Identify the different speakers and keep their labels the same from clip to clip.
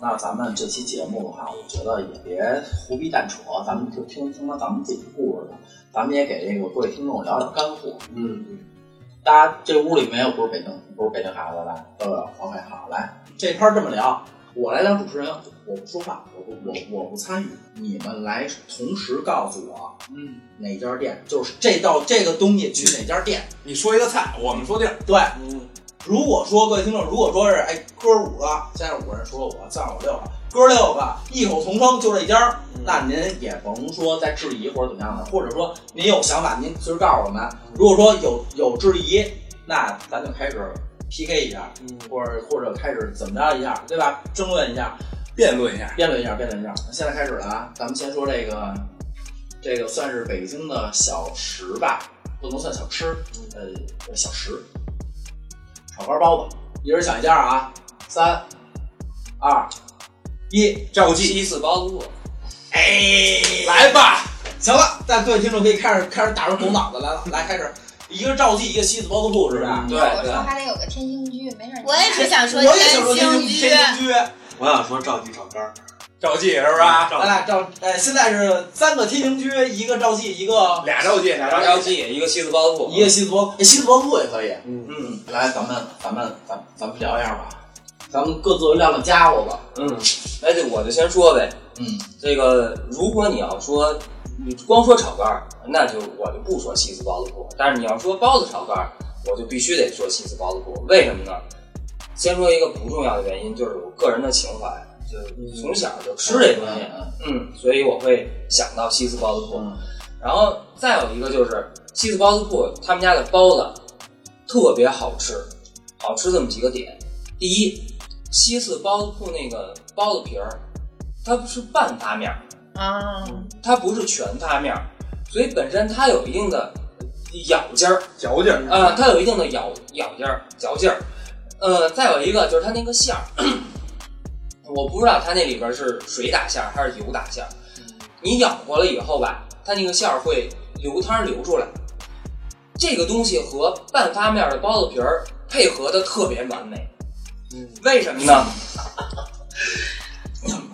Speaker 1: 那咱们这期节目的话，我觉得也别胡逼蛋扯，咱们就听听听咱们自己的故事吧。咱们也给这个各位听众聊点干货。
Speaker 2: 嗯嗯，
Speaker 1: 大家这屋里没有不是北京不是北京孩子来，都有呃黄北好来，这摊儿这么聊，我来当主持人，我不说话，我不我我不参与，你们来同时告诉我，
Speaker 2: 嗯，
Speaker 1: 哪家店就是这道这个东西去哪家店。
Speaker 2: 你说一个菜，我们说地儿。
Speaker 1: 对，
Speaker 2: 嗯
Speaker 1: 如果说各位听众，如果说是哎哥儿五个，现在五个人除了我，再有六个，哥儿六个异口同声就这家儿，
Speaker 2: 嗯
Speaker 1: 那您也甭说再质疑或者怎么样的，或者说您有想法，您随时告诉我们。如果说有有质疑，那咱就开始 PK 一下，
Speaker 2: 嗯，
Speaker 1: 或者或者开始怎么着一下，对吧？争论一下，
Speaker 2: 辩论一下。
Speaker 1: 辩论一下，辩论一下。那现在开始了啊，咱们先说这个，这个算是北京的小食吧，不能算小吃，呃，小食，炒肝包子，一人想一家啊，三、二、一，
Speaker 2: 赵记，
Speaker 3: 西四包子铺，
Speaker 1: 哎，
Speaker 2: 来吧。
Speaker 1: 行了，但各位听众可以开始开始打入狗脑子来了，来开始，一个赵记，一个西子包子铺，是吧？
Speaker 2: 嗯
Speaker 3: 对
Speaker 4: 我
Speaker 3: 对
Speaker 4: 说，还得有个天星居，没事儿。
Speaker 5: 我也只想说
Speaker 1: 我也想说天
Speaker 5: 星
Speaker 1: 津
Speaker 5: 居，
Speaker 1: 天津居，
Speaker 6: 我想说赵记炒肝儿，
Speaker 2: 赵记是啊吧？
Speaker 1: 咱俩赵，呃，现在是三个天津居，一个赵记，一个
Speaker 2: 俩赵记，俩
Speaker 3: 俩
Speaker 2: 赵
Speaker 3: 椒
Speaker 2: 记。
Speaker 3: 鸡，一个西四包子铺，
Speaker 1: 一个西子包，哎西子包铺也可以。
Speaker 2: 嗯
Speaker 1: 嗯，来，咱们咱们咱咱们聊一下吧，咱们各自亮亮家伙吧。
Speaker 3: 嗯，那就我就先说呗。
Speaker 1: 嗯，
Speaker 3: 这个如果你要说你光说炒肝儿，那就我就不说西四包子铺。但是你要说包子炒肝儿，我就必须得说西四包子铺。为什么呢？先说一个不重要的原因，就是我个人的情怀，就是从小就吃这东西，
Speaker 1: 嗯
Speaker 3: 嗯，所以我会想到西四包子铺。
Speaker 1: 嗯
Speaker 3: 然后再有一个就是西四包子铺，他们家的包子特别好吃，好吃这么几个点。第一，西四包子铺那个包子皮儿，它是半发面儿，
Speaker 5: 啊，
Speaker 3: 它不是全发面儿，所以本身它有一定的咬劲儿
Speaker 2: 嚼劲儿。
Speaker 3: 啊、呃它有一定的咬咬劲儿、嚼劲儿。呃，再有一个就是它那个馅儿， 我不知道它那里边是水打馅儿还是油打馅儿。你咬过了以后吧，它那个馅儿会流汤流出来。这个东西和半发面的包子皮儿配合的特别完美，
Speaker 2: 嗯
Speaker 3: 为什么呢？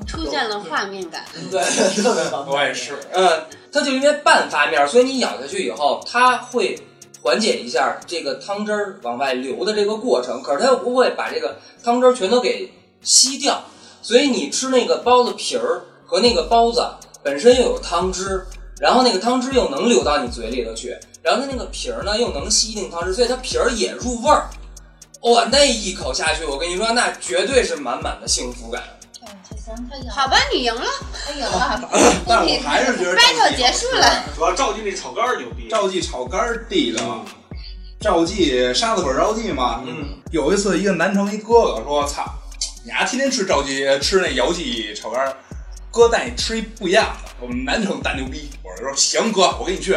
Speaker 5: 出现了画面感。
Speaker 1: 对，特别棒。
Speaker 2: 我也是。
Speaker 3: 嗯，它就因为半发面，所以你咬下去以后，它会缓解一下这个汤汁儿往外流的这个过程，可是它又不会把这个汤汁儿全都给吸掉，所以你吃那个包子皮儿和那个包子本身又有汤汁，然后那个汤汁又能流到你嘴里头去，然后它那个皮儿呢又能吸进汤汁，所以它皮儿也入味儿。哇、那一口下去，我跟你说，那绝对是满满的幸福感。
Speaker 4: 嗯这行，他赢了，
Speaker 5: 好吧，你赢了，
Speaker 4: 他赢了。
Speaker 2: 但我还是觉得赵记好吃
Speaker 5: battle 结束了。
Speaker 6: 主要赵记那炒肝儿牛逼。
Speaker 2: 赵记炒肝儿地道，赵记沙子粉儿赵记嘛。
Speaker 6: 嗯，
Speaker 2: 有一次，一个南城一哥哥说：“操，你丫天天吃赵记，呃吃那姚记炒肝儿，哥带你吃一不一样的。我们南城大牛逼。”我说：“行，哥，我跟你去。”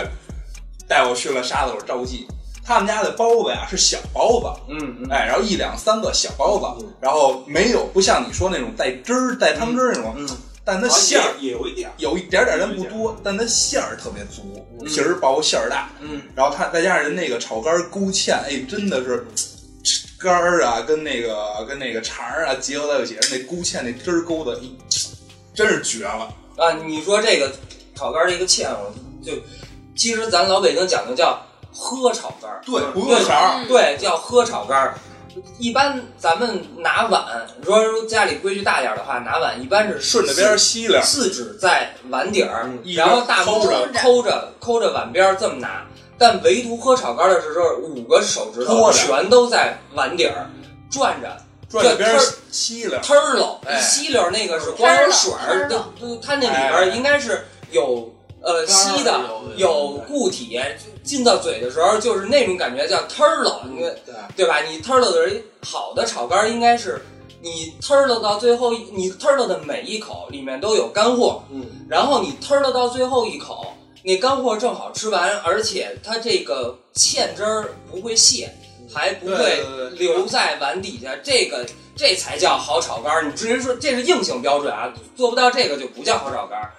Speaker 2: 带我去了沙子粉儿赵记，他们家的包子呀是小包子，
Speaker 3: 嗯嗯，
Speaker 2: 哎，然后一两三个小包子，然后没有不像你说那种带汁儿、带汤汁儿那种，
Speaker 3: 嗯嗯
Speaker 2: 但它
Speaker 6: 那
Speaker 2: 馅儿
Speaker 6: 也有一点儿，
Speaker 2: 有一点点儿，但不多，但它馅儿特别足，
Speaker 3: 嗯
Speaker 2: 皮儿薄，馅儿大。
Speaker 3: 嗯，
Speaker 2: 然后它再加上人那个炒肝儿勾芡，哎，真的是吃肝儿啊，跟那个跟那个肠儿啊结合在一起，那勾芡那汁儿勾的，哎真是绝了。
Speaker 3: 啊，你说这个炒肝儿这个芡，我就其实咱老北京讲究叫喝炒肝儿，
Speaker 2: 对，不用勺儿，
Speaker 5: 嗯
Speaker 3: 对，叫喝炒肝儿。一般咱们拿碗，如果说家里规矩大点儿的话，拿碗一般是
Speaker 2: 顺着边儿吸溜儿，
Speaker 3: 四指在碗底儿
Speaker 2: 嗯，
Speaker 3: 然后大拇
Speaker 5: 一边
Speaker 3: 指抠着抠着碗边儿这么拿。但唯独喝炒肝儿的时候，五个手指头
Speaker 2: 托着
Speaker 3: 全都在碗底儿转着，
Speaker 2: 转着边儿
Speaker 3: 这
Speaker 2: 吸溜儿。
Speaker 3: 摊儿喽，
Speaker 2: 哎
Speaker 3: 一吸溜儿那个是光有水
Speaker 5: 摊
Speaker 3: 儿，
Speaker 5: 儿
Speaker 3: 都
Speaker 5: 了
Speaker 3: 都它那里边儿应该是有呃
Speaker 1: 哎
Speaker 3: 吸的，有固体进到嘴的时候，就是那种感觉叫摊儿喽，你对吧？你摊儿喽的人，好的炒肝儿应该是你摊儿喽到最后一，你摊儿喽的每一口里面都有干货，
Speaker 6: 嗯，
Speaker 3: 然后你摊儿了到最后一口，那干货正好吃完，而且它这个芡汁儿不会泄，还不
Speaker 2: 对
Speaker 3: 会
Speaker 2: 对对对
Speaker 3: 留在碗底下，这个这才叫好炒肝儿。你至于说这是硬性标准啊，做不到这个就不叫好炒肝儿。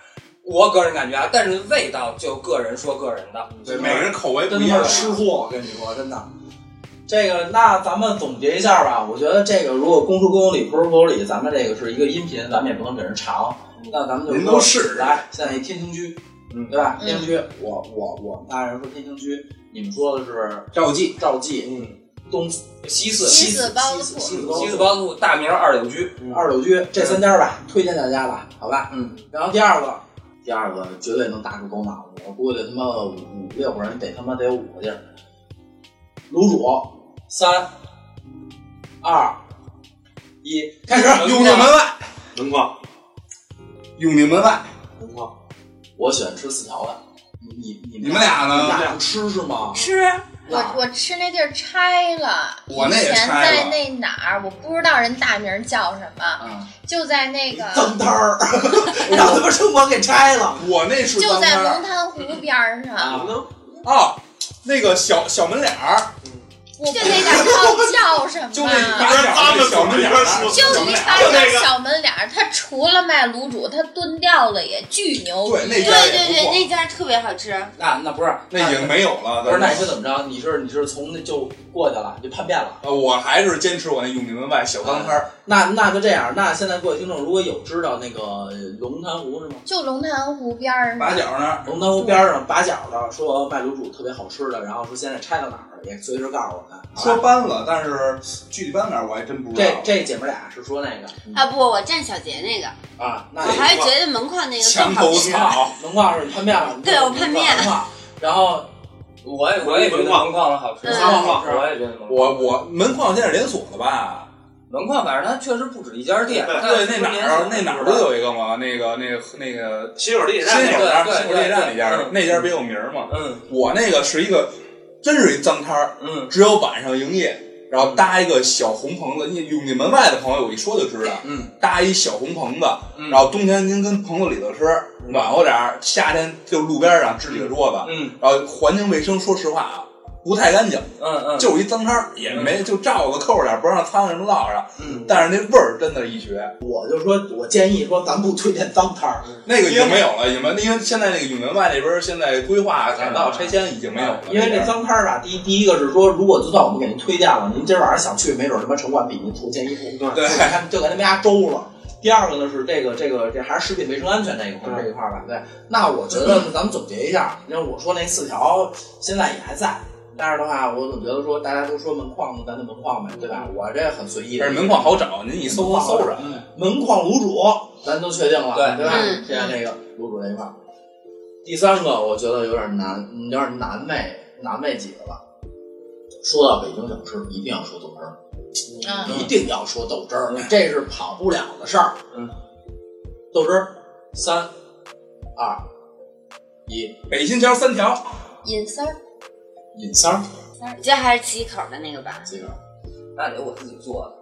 Speaker 3: 我个人感觉啊，但是味道就个人说个人的。
Speaker 2: 哎对，每个人口味不
Speaker 1: 真
Speaker 2: 一
Speaker 1: 他妈
Speaker 2: 样
Speaker 1: 是。吃货，我跟你说，真的。这个，那咱们总结一下吧。我觉得这个，如果公说公有理，婆说婆有理，咱们这个是一个音频，咱们也不能给人长。那咱们就
Speaker 2: 嗯您都试试
Speaker 1: 来，现在天星居，
Speaker 2: 嗯
Speaker 1: 对吧？
Speaker 5: 嗯
Speaker 1: 天星居，我我我们大人说天星居，你们说的是
Speaker 2: 赵记，
Speaker 1: 赵记、
Speaker 2: 嗯，
Speaker 1: 东
Speaker 3: 西四
Speaker 5: 西四包子
Speaker 1: 西
Speaker 5: 铺
Speaker 1: 西四包
Speaker 3: 西四
Speaker 1: 子
Speaker 3: 包子铺大名二柳居，
Speaker 2: 嗯
Speaker 1: 铺、二柳居这三家吧，推荐大家吧，好吧？
Speaker 3: 嗯，
Speaker 1: 然后第二个，第二个绝对能打出狗脑子，我估计他妈五五六个人得他妈得有五个地儿。卤煮，三、二、一，开始。
Speaker 2: 永定门外，
Speaker 6: 能逛
Speaker 2: 永定门外，
Speaker 6: 能逛，
Speaker 1: 我喜欢吃四条的，你你
Speaker 2: 你们俩
Speaker 1: 你们
Speaker 2: 呢？
Speaker 1: 俩呃不吃是吗？
Speaker 5: 吃，
Speaker 1: 那
Speaker 4: 我我吃那地儿拆了，
Speaker 2: 啊我那也
Speaker 4: 以前
Speaker 2: 拆了
Speaker 4: 在那哪儿，我不知道人大名叫什么，
Speaker 2: 啊，
Speaker 4: 就在那个
Speaker 1: 脏摊儿， 让他们生活给拆了。
Speaker 2: 我那是
Speaker 4: 就
Speaker 2: 当
Speaker 4: 在
Speaker 2: 摊
Speaker 4: 蒙
Speaker 2: 儿
Speaker 4: 滩湖边儿上，
Speaker 6: 能能
Speaker 2: 啊，那个小小门脸儿，
Speaker 4: 我不那点道叫什
Speaker 2: 就那
Speaker 4: 么。
Speaker 2: 八角那小门脸儿，
Speaker 4: 就
Speaker 2: 小
Speaker 4: 一
Speaker 2: 门脸
Speaker 4: 把
Speaker 2: 儿，
Speaker 6: 就那
Speaker 4: 角
Speaker 6: 个
Speaker 4: 小门脸儿，它除了卖卤煮，它炖料子也巨牛
Speaker 2: 对，那
Speaker 5: 对
Speaker 2: 家也
Speaker 5: 对
Speaker 2: 不
Speaker 5: 对，
Speaker 2: 错，
Speaker 5: 那家特别好吃。
Speaker 1: 那那不是，
Speaker 2: 那已经没有了。
Speaker 1: 不是，那你
Speaker 2: 但
Speaker 1: 是怎么着？你是你是从那就过去了，你就叛变了。
Speaker 2: 呃，我还是坚持我那永定门外小脏摊儿，
Speaker 1: 那那就这样。那现在各位听众如果有知道那个龙潭湖是吗？
Speaker 4: 就龙潭湖边儿
Speaker 2: 八
Speaker 4: 上。
Speaker 2: 角那儿，
Speaker 1: 龙潭湖边儿上八角的，说卖卤煮特别好吃的，然后说现在拆到哪儿了，也随时告诉我们。好吧
Speaker 2: 说搬了，但是具体搬哪儿我还真不知
Speaker 1: 这
Speaker 2: 道。
Speaker 1: 这姐妹俩是说那个
Speaker 5: 啊不，我站小杰那个，
Speaker 1: 啊，那
Speaker 5: 我还是觉得门框那个
Speaker 2: 墙
Speaker 5: 更好
Speaker 2: 头
Speaker 5: 吃。
Speaker 2: 草，
Speaker 1: 能挂是你叛变了，你
Speaker 5: 对我叛变
Speaker 1: 能挂。然后
Speaker 3: 我也我也觉得门框的好吃，
Speaker 5: 嗯
Speaker 3: 我也觉得门框
Speaker 2: 我我门框现在是连锁的吧？
Speaker 3: 门框，反正它确实不止一家店。
Speaker 6: 对
Speaker 2: 对，那哪儿那哪儿不
Speaker 3: 有？
Speaker 2: 有一个吗？那个那个那个
Speaker 6: 洗手地
Speaker 2: 新
Speaker 6: 站
Speaker 2: 手
Speaker 6: 那
Speaker 3: 对
Speaker 6: 个
Speaker 2: 站
Speaker 3: 对
Speaker 2: 新手列站那家
Speaker 3: 对对
Speaker 2: 那家不也有名儿吗？
Speaker 3: 嗯
Speaker 2: 我那个是一个真是一脏摊儿，
Speaker 3: 嗯
Speaker 2: 只有晚上营业，然后搭一个小红棚子。你永定门外的朋友，我一说就知道，
Speaker 3: 嗯，
Speaker 2: 搭一小红棚子，
Speaker 3: 嗯
Speaker 2: 然后冬天您跟棚子里头吃，暖和点儿；夏天就路边上支几个桌子，
Speaker 3: 嗯
Speaker 2: 然后环境卫生，说实话啊，不太干净，
Speaker 3: 嗯嗯，
Speaker 2: 就是一脏摊儿，也没就罩子扣着点儿，不让苍蝇什么落上，
Speaker 3: 嗯
Speaker 2: 但是那味儿真的是一绝。
Speaker 1: 我就说，我建议说，咱不推荐脏摊儿，
Speaker 2: 那个已经没有了，已经没有，因为现在那个永定外那边儿现在规划改造拆迁已经没有了，
Speaker 1: 因为这脏摊儿啊，第一第一个是说，如果就算我们给您推荐了，您今儿晚上想去，没准儿他妈城管比您头前一步，
Speaker 2: 对
Speaker 1: 就给他们就给他们家周了。第二个呢是这个这个这还是食品卫生安全这一块儿这一块儿吧，对。那我觉得呢咱们总结一下，你看我说那四条现在也还在，但是的话，我总觉得说大家都说门框，咱就门框呗，对吧？我这很随意的
Speaker 2: 嗯但是门框好找，您一搜能搜着。
Speaker 1: 门框卤煮，咱都确定了，
Speaker 3: 对
Speaker 1: 对吧？
Speaker 5: 嗯
Speaker 1: 现在这个卤煮这一块儿，第三个我觉得有点难，嗯有点难为难为几个了。说到北京小吃，一定要说豆汁儿，
Speaker 4: 嗯，
Speaker 1: 一定要说豆汁儿，这是跑不了的事儿。
Speaker 3: 嗯，
Speaker 1: 豆汁儿，三、二、一，
Speaker 2: 北新桥三条，
Speaker 4: 尹三儿，
Speaker 1: 尹三儿，
Speaker 5: 这还是七口的那个吧？
Speaker 1: 这个
Speaker 3: 那得我自己做的。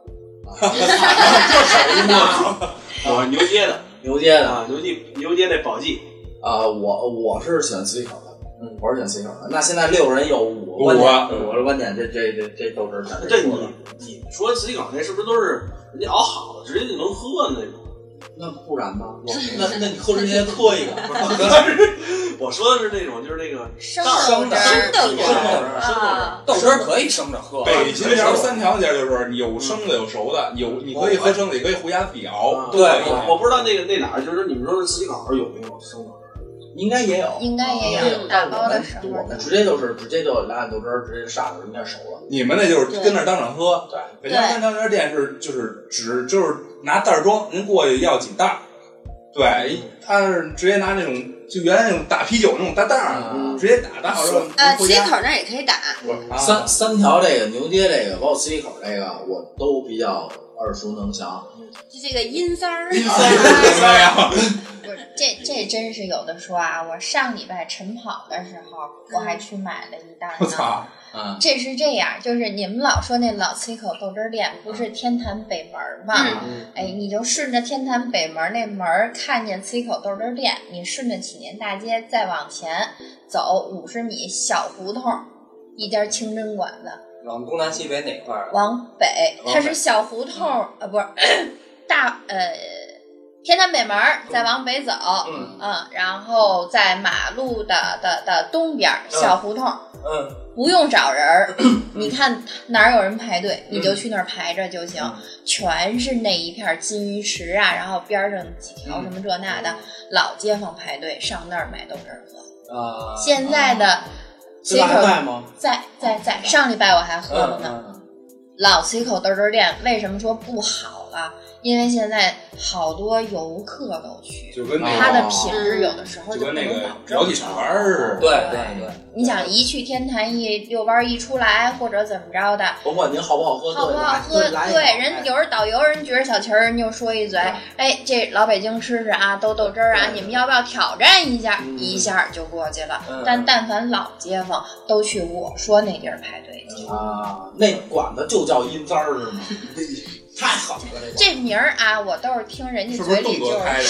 Speaker 6: 我牛街的
Speaker 1: 牛街的
Speaker 6: 啊，牛街牛街那宝记，
Speaker 1: 啊、我我是喜欢随口的，嗯，我是喜欢随口的。那现在六个人有五
Speaker 2: 五
Speaker 1: 个观
Speaker 2: 个
Speaker 1: 点，五个观点，这这这这豆汁儿咱
Speaker 6: 这
Speaker 1: 说
Speaker 6: 你
Speaker 1: 了
Speaker 6: 你说自己搞那是不是都是人家熬好了直接就能喝的那种？
Speaker 1: 那不然呢？我那那你喝之前磕一个，
Speaker 6: 我说的是那种就是那个
Speaker 4: 生
Speaker 3: 生
Speaker 4: 豆
Speaker 3: 的
Speaker 4: 汁儿
Speaker 5: 生豆汁儿
Speaker 4: 啊，
Speaker 3: 豆汁儿可以生着喝，
Speaker 2: 北新桥三条家就是有生的有熟的，有你可以喝生的，也可以回家自己
Speaker 1: 哦啊
Speaker 2: 熬。
Speaker 3: 对
Speaker 6: 我我不知道那个那哪儿，就是你们说是自己搞有没有生啊的？
Speaker 1: 应该也有，
Speaker 4: 应该也有
Speaker 5: 嗯
Speaker 1: 但
Speaker 4: 打
Speaker 1: 我
Speaker 4: 包
Speaker 1: 们
Speaker 4: 的时
Speaker 1: 我
Speaker 4: 候
Speaker 1: 们直接就是直接就来按豆汁儿直接上了，应该熟了。啊
Speaker 2: 你们那就是跟那儿当场喝。
Speaker 1: 对，
Speaker 2: 北京三条家店是就是只就是拿袋儿装，您过去要几袋儿。对，他是直接拿那种就原来那种打啤酒那种大袋儿，
Speaker 1: 嗯
Speaker 2: 直接打打好之后
Speaker 5: 呃，
Speaker 2: 您回
Speaker 5: 七
Speaker 2: 家。
Speaker 5: 口那儿也可以打。
Speaker 2: 啊
Speaker 1: 三三条这个牛街这个，包括四季口这个，我都比较耳熟能详。
Speaker 5: 就这个阴三儿，
Speaker 4: 不是，这这真是有的说啊！我上礼拜晨跑的时候，我还去买了一袋
Speaker 2: 我
Speaker 4: 呢。
Speaker 2: 操！
Speaker 1: 嗯，
Speaker 4: 这是这样，就是你们老说那老七口豆汁儿店不是天坛北门儿吗？
Speaker 5: 嗯
Speaker 4: 哎，你就顺着天坛北门儿那门儿看见七口豆汁儿店，你顺着祈年大街再往前走五十米小胡同儿，一家清真馆子。
Speaker 3: 往东南西北哪块儿？
Speaker 4: 往北，
Speaker 3: 往北
Speaker 4: 它是小胡同儿，呃，不是大呃天坛北门儿再往北走，
Speaker 3: 嗯
Speaker 4: 嗯，然后在马路的的的东边儿
Speaker 3: 嗯
Speaker 4: 小胡同，
Speaker 3: 嗯
Speaker 4: 不用找人儿，你看哪儿有人排队，你就去那儿排着就行。
Speaker 3: 嗯
Speaker 4: 全是那一片金鱼池啊，然后边上几条什么这那
Speaker 3: 嗯
Speaker 4: 的，老街坊排队上那儿买豆汁儿喝。
Speaker 3: 啊，
Speaker 4: 现在的
Speaker 1: 是辣在吗？
Speaker 4: 在在在上礼拜我还喝了
Speaker 3: 嗯
Speaker 4: 呢。
Speaker 3: 嗯
Speaker 4: 老随口豆汁儿店为什么说不好了？因为现在好多游客都去，
Speaker 2: 就跟那
Speaker 4: 它
Speaker 2: 个
Speaker 4: 的品质有的时候
Speaker 2: 就
Speaker 4: 不
Speaker 2: 跟那
Speaker 4: 能
Speaker 2: 个
Speaker 4: 保证
Speaker 2: 聊起小孩儿似的，
Speaker 3: 对对对，
Speaker 4: 你想一去天坛一遛弯儿一出来，或者怎么着的，
Speaker 1: 甭管您好不好喝，
Speaker 4: 好不好喝？
Speaker 1: 对来一碗
Speaker 4: 对，人有人导游，人举着小旗儿，人就说一嘴，哎，这老北京吃吃啊，豆豆汁儿啊，你们要不要挑战一下？
Speaker 1: 嗯
Speaker 4: 一下就过去了
Speaker 3: 嗯。
Speaker 4: 但但凡老街坊都去我说那地儿排队去。
Speaker 1: 啊，那馆子就叫阴三儿是吗？太狠了，这个
Speaker 4: 这名儿啊，我都是听人家
Speaker 2: 是不是
Speaker 4: 嘴
Speaker 2: 动
Speaker 4: 里就
Speaker 2: 作开的？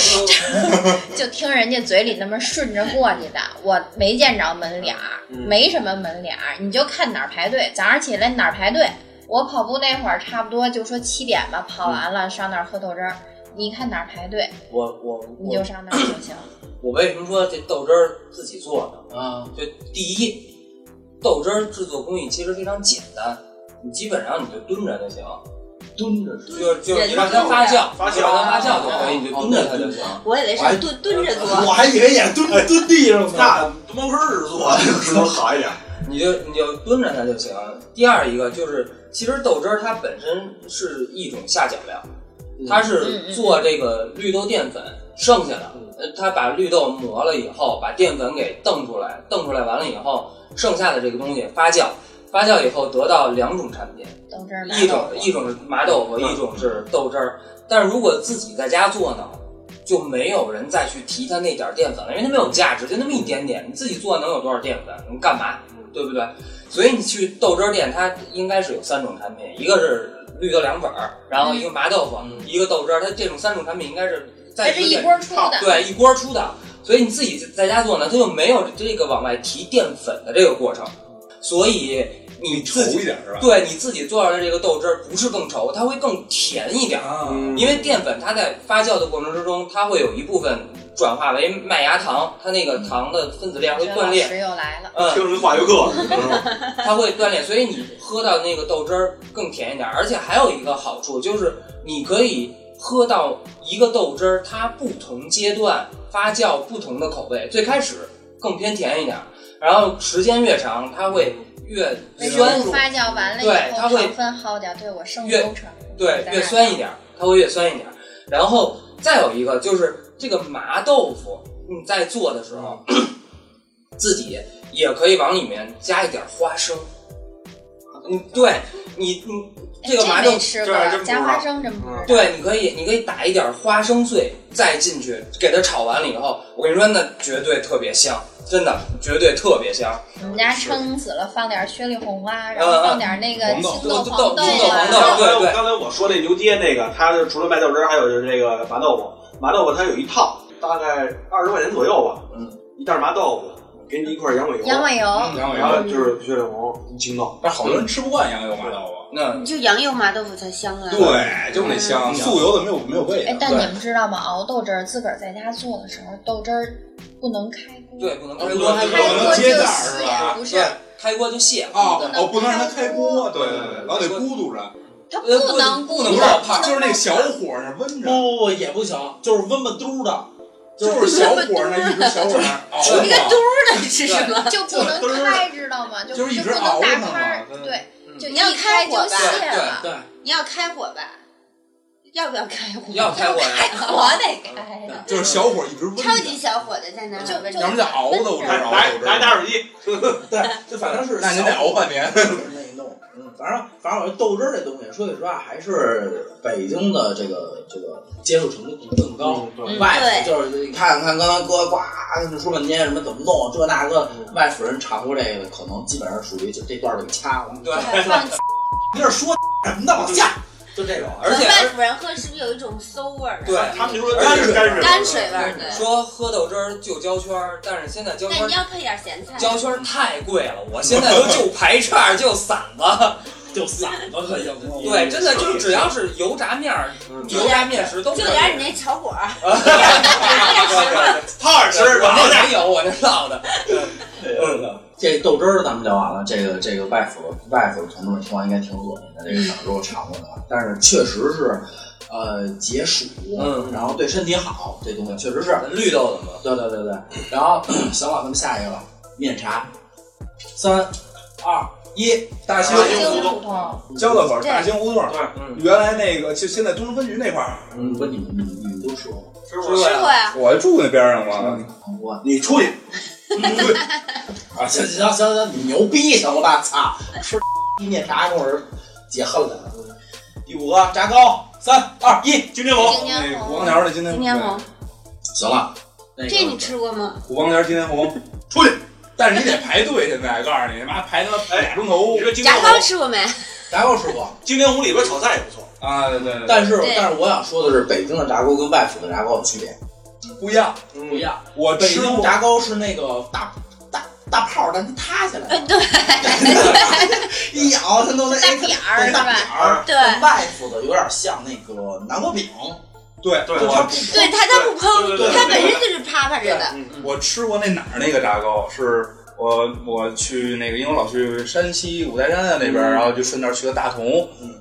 Speaker 4: 就听人家嘴里那么顺着过去的，我没见着门脸儿，
Speaker 3: 嗯
Speaker 4: 没什么门脸儿，你就看哪儿排队。早上起来哪儿排队，我跑步那会儿差不多就说七点吧，跑完
Speaker 3: 嗯
Speaker 4: 了上那儿喝豆汁儿。你看哪儿排队，
Speaker 3: 我我
Speaker 4: 你就
Speaker 3: 我
Speaker 4: 上那儿就行。
Speaker 3: 我为什么说这豆汁儿自己做呢？
Speaker 1: 啊，
Speaker 3: 就第一，豆汁儿制作工艺其实非常简单，你基本上你就蹲着就行，
Speaker 1: 蹲着吃。
Speaker 3: 就就你让它发酵，
Speaker 6: 发酵
Speaker 3: 就让它发酵就可以，哎你就蹲着它就行。
Speaker 5: 我以为是蹲蹲着做，
Speaker 1: 哦我还以为也蹲
Speaker 2: 哎
Speaker 1: 蹲地上呢，
Speaker 6: 那猫坑儿做的是不是好一点？
Speaker 3: 你就你就蹲着它就行。第二一个就是，其实豆汁儿它本身是一种下脚料，它是做这个绿豆淀粉剩下的，呃它把绿豆磨了以后，把淀粉给瞪出来，瞪出来完了以后，剩下的这个东西发酵，发酵以后得到两种产品，
Speaker 4: 豆汁儿麻
Speaker 3: 一种
Speaker 4: 豆嗯腐
Speaker 3: 一种是麻豆腐，一种是豆汁儿。但如果自己在家做呢，就没有人再去提它那点儿淀粉了，因为它没有价值，就那么一点点。你自己做能有多少淀粉？你干嘛？
Speaker 4: 嗯
Speaker 3: 对不对？所以你去豆汁儿店，它应该是有三种产品，一个是绿豆凉粉儿，然
Speaker 4: 嗯
Speaker 3: 后一个麻豆腐，一个豆汁儿。它这种三种产品应该是在
Speaker 4: 它是一锅出的，
Speaker 3: 对，一锅出的。所以你自己在家做呢，它就没有这个往外提淀粉的这个过程，所以你
Speaker 2: 稠
Speaker 3: 自己
Speaker 2: 一点是吧？
Speaker 3: 对你自己做出来的这个豆汁儿不是更稠，它会更甜一点儿，
Speaker 2: 啊，
Speaker 3: 因为淀粉它在发酵的过程之中，它会有一部分转化为麦芽糖，它那个糖的分子量会
Speaker 4: 这
Speaker 3: 断
Speaker 4: 老
Speaker 3: 裂，
Speaker 4: 师又来了。
Speaker 3: 嗯，
Speaker 6: 听着跟化学课似的，是吧
Speaker 3: 它会断裂，所以你喝到那个豆汁儿更甜一点儿。而且还有一个好处就是，你可以喝到一个豆汁儿，它不同阶段发酵不同的口味，最开始更偏甜一点儿，然后时间越长，它会越
Speaker 4: 那
Speaker 3: 酸
Speaker 4: 豆腐发酵完了
Speaker 3: 对
Speaker 4: 以
Speaker 3: 它
Speaker 4: 后，
Speaker 3: 会
Speaker 4: 糖分耗掉，对我生
Speaker 3: 越
Speaker 4: 工程。
Speaker 3: 对，越酸一点儿，它会越酸一点儿。然后再有一个就是这个麻豆腐，你在做的时候，自己也可以往里面加一点花生。嗯，对你，你哎这个麻豆
Speaker 4: 哎没吃过
Speaker 6: 这还真不知道
Speaker 4: 夹花生，真不知道。
Speaker 3: 对，你可以，你可以打一点花生碎，再进去给它炒完了以后，我跟你说，那绝对特别香，真的绝对特别香。
Speaker 4: 我们家撑死了，放点雪里红啊，然后放点那个
Speaker 2: 嗯嗯
Speaker 4: 青
Speaker 2: 黄
Speaker 3: 豆
Speaker 4: 豆、黄
Speaker 3: 青豆黄
Speaker 4: 啊，
Speaker 3: 豆
Speaker 6: 刚才
Speaker 3: 对
Speaker 6: 我
Speaker 3: 对
Speaker 6: 刚才我说那牛街那个，它除了卖豆汁儿，还有就是这个麻豆腐。麻豆腐它有一套，大概二十块钱左右吧。
Speaker 3: 嗯，
Speaker 6: 一袋麻豆腐，给你一块羊尾油，
Speaker 4: 羊尾油。
Speaker 2: 嗯，羊
Speaker 6: 然后
Speaker 2: 油，
Speaker 6: 就是血里红、青豆。
Speaker 2: 但好多人吃不惯羊油麻豆腐。
Speaker 3: 那
Speaker 5: 就羊油麻豆腐才香啊。
Speaker 2: 对，就那香，素油的没有没有味
Speaker 4: 嗯哎，
Speaker 2: 道。
Speaker 4: 但你们知道吗？熬豆汁儿，自个儿在家做的时候，豆汁儿不能开锅，
Speaker 3: 对，不能
Speaker 2: 哦
Speaker 3: 开
Speaker 2: 不
Speaker 3: 锅，
Speaker 2: 能
Speaker 4: 开
Speaker 2: 开锅
Speaker 4: 锅就
Speaker 2: 接袋儿
Speaker 4: 死
Speaker 2: 是吧
Speaker 4: 也不是
Speaker 3: 对，，开锅就泄了。
Speaker 2: 啊，
Speaker 3: 对
Speaker 2: 哦，不能让它开锅，对对对，老得咕嘟着，
Speaker 4: 它
Speaker 3: 呃不
Speaker 4: 能
Speaker 3: 不
Speaker 2: 不
Speaker 3: 能
Speaker 4: 不能
Speaker 2: 是
Speaker 3: 冒泡，
Speaker 2: 就是那小火上温
Speaker 1: 不
Speaker 2: 着，
Speaker 1: 不不也不行，就是温巴嘟的，
Speaker 2: 就是小火上一直小火上熬
Speaker 3: 是
Speaker 5: 一个嘟
Speaker 2: 着，
Speaker 5: 儿的是什么？
Speaker 4: 就不能开，知道吗？就
Speaker 2: 就是一直
Speaker 4: 不能
Speaker 2: 熬
Speaker 4: 大
Speaker 2: 着呢
Speaker 4: 开
Speaker 2: 嘛，
Speaker 4: 对，就
Speaker 5: 你要
Speaker 4: 一开
Speaker 5: 开
Speaker 4: 就
Speaker 5: 火吧
Speaker 4: 泄
Speaker 3: 对
Speaker 4: 了，
Speaker 1: 对，
Speaker 5: 你要开火吧？要不要开火？
Speaker 3: 要开火呀
Speaker 5: 开火得开，
Speaker 4: 哎呀，
Speaker 2: 就是小火一直温着
Speaker 5: 超，级小火的在那儿
Speaker 4: 就就
Speaker 2: 要么就熬的，我这
Speaker 6: 来
Speaker 2: 熬
Speaker 6: 来来
Speaker 2: 的，
Speaker 6: 打火机，
Speaker 1: 对，就反正是
Speaker 2: 那您得熬半年。
Speaker 1: 那一弄，嗯，反正反正我觉得豆汁儿这东西，说句实话，还是北京的这个这个接受程度更高。
Speaker 6: 嗯
Speaker 1: 外府就是你看看刚才哥呱跟你说半天什么怎么弄这那个，外府人尝过这个，可能基本上属于就这段儿就给掐了。
Speaker 3: 对，
Speaker 5: 放
Speaker 1: 你这说什
Speaker 2: 嗯
Speaker 1: 么呢？往下就这种。
Speaker 3: 而且
Speaker 5: 外府人喝是不是有一种馊味儿啊？
Speaker 3: 对
Speaker 6: 他们就说
Speaker 1: 干
Speaker 6: 干
Speaker 1: 水
Speaker 6: 水干
Speaker 5: 泔水味儿。对，
Speaker 3: 说喝豆汁儿就焦圈儿，但是现在焦圈
Speaker 5: 那
Speaker 3: 儿
Speaker 5: 你要配点咸菜。
Speaker 3: 焦圈儿太贵了，我现在都就排叉儿就馓子，
Speaker 1: 就散了，
Speaker 2: 哎
Speaker 1: 可就
Speaker 3: 对，真的就是只要是油炸面儿、
Speaker 1: 嗯
Speaker 3: 油炸面食都
Speaker 5: 就
Speaker 3: 可以
Speaker 5: 点你那小火儿，
Speaker 3: 啊
Speaker 2: 泡耳吃
Speaker 3: 我
Speaker 2: 吧。嗯
Speaker 3: 那哪有我这烙的？
Speaker 1: 这豆汁儿咱们聊完了，这个这个外府外府的同志们听完应该挺恶心的，这个小时候尝过的，啊但是确实是，呃，解暑，
Speaker 3: 嗯
Speaker 1: 然后对身体好，这东西确实是，
Speaker 3: 绿豆的嘛，
Speaker 1: 对对对对。然后 行了，咱们下一个吧，面茶，三二一，
Speaker 2: 大兴
Speaker 4: 北京胡同，
Speaker 2: 交道口大兴胡同，
Speaker 3: 嗯，
Speaker 2: 原来那个就现在东城分局那块儿，
Speaker 1: 嗯，不，你们你们你们都吃过吗？
Speaker 6: 吃
Speaker 5: 吃
Speaker 6: 过
Speaker 5: 过呀，
Speaker 2: 我就住那边上嘛。
Speaker 1: 我
Speaker 6: 你出去，
Speaker 1: 啊，行行行行行，你牛逼行了吧？操，吃面茶跟我这解恨了。第五个炸糕，三二一，金针菇。
Speaker 5: 今
Speaker 2: 那
Speaker 5: 年
Speaker 2: 古
Speaker 5: 红
Speaker 2: 王，桥的今天
Speaker 5: 今年红，
Speaker 1: 行了，那个
Speaker 5: 这你吃过吗？
Speaker 2: 古王桥今天红，出去。但是你得排队，现在告诉你，妈排他妈俩钟头
Speaker 6: 你说金针
Speaker 5: 炸糕
Speaker 6: 菇，
Speaker 5: 吃过没？
Speaker 1: 炸糕吃过，
Speaker 6: 金针菇里边炒菜也不错，
Speaker 2: 啊！对对对，
Speaker 1: 但是
Speaker 5: 对
Speaker 1: 但是我想说的是，北京的炸糕跟外府的炸糕的区别
Speaker 2: 不一样。
Speaker 6: 嗯
Speaker 1: 不一样。
Speaker 2: 我
Speaker 1: 北
Speaker 2: 吃
Speaker 1: 京
Speaker 2: 过，
Speaker 1: 炸糕是那个大大大泡儿，但它塌下来，
Speaker 5: 呃，对
Speaker 1: 一咬它弄那
Speaker 4: 大扁儿
Speaker 1: 对
Speaker 4: 是
Speaker 1: 大
Speaker 4: 吧？
Speaker 1: 扁儿。
Speaker 5: 对
Speaker 1: 但外府的有点像那个南瓜饼，
Speaker 2: 对
Speaker 6: 对
Speaker 1: 就它
Speaker 2: 我
Speaker 1: 不
Speaker 5: 对，它它不
Speaker 6: 对对
Speaker 5: 嘭，
Speaker 6: 对
Speaker 5: 它本身就是啪啪着的。
Speaker 2: 我吃过那哪儿那个炸糕，是我我去那个，因为我老去山西五台山啊那边儿，
Speaker 1: 嗯
Speaker 2: 然后就顺道去了大同，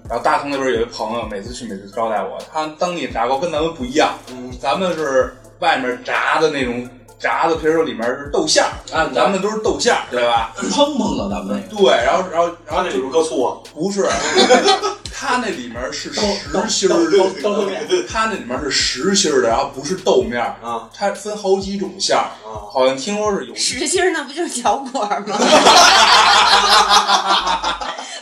Speaker 2: 然后大同那边有一朋友，每次去每次招待我，他当地炸糕跟咱们不一样，
Speaker 1: 嗯
Speaker 2: 咱们是外面炸的那种炸的皮儿，里面是豆馅儿，
Speaker 1: 啊
Speaker 2: 咱
Speaker 1: 咱
Speaker 2: 们都是豆馅儿，对吧？
Speaker 1: 砰砰的，咱们那个
Speaker 2: 对，然后然后然
Speaker 6: 然后
Speaker 2: 后
Speaker 6: 那
Speaker 2: 就
Speaker 6: 里边搁醋啊，
Speaker 2: 不是，他那里面是实心儿
Speaker 1: 豆
Speaker 2: 的，
Speaker 1: 豆豆面，
Speaker 2: 他那里面是实心儿的，然后不是豆面儿，
Speaker 6: 啊
Speaker 2: 它分好几种馅儿，
Speaker 6: 啊，
Speaker 2: 好像听说是 有
Speaker 5: 实心儿那不就是小果儿吗？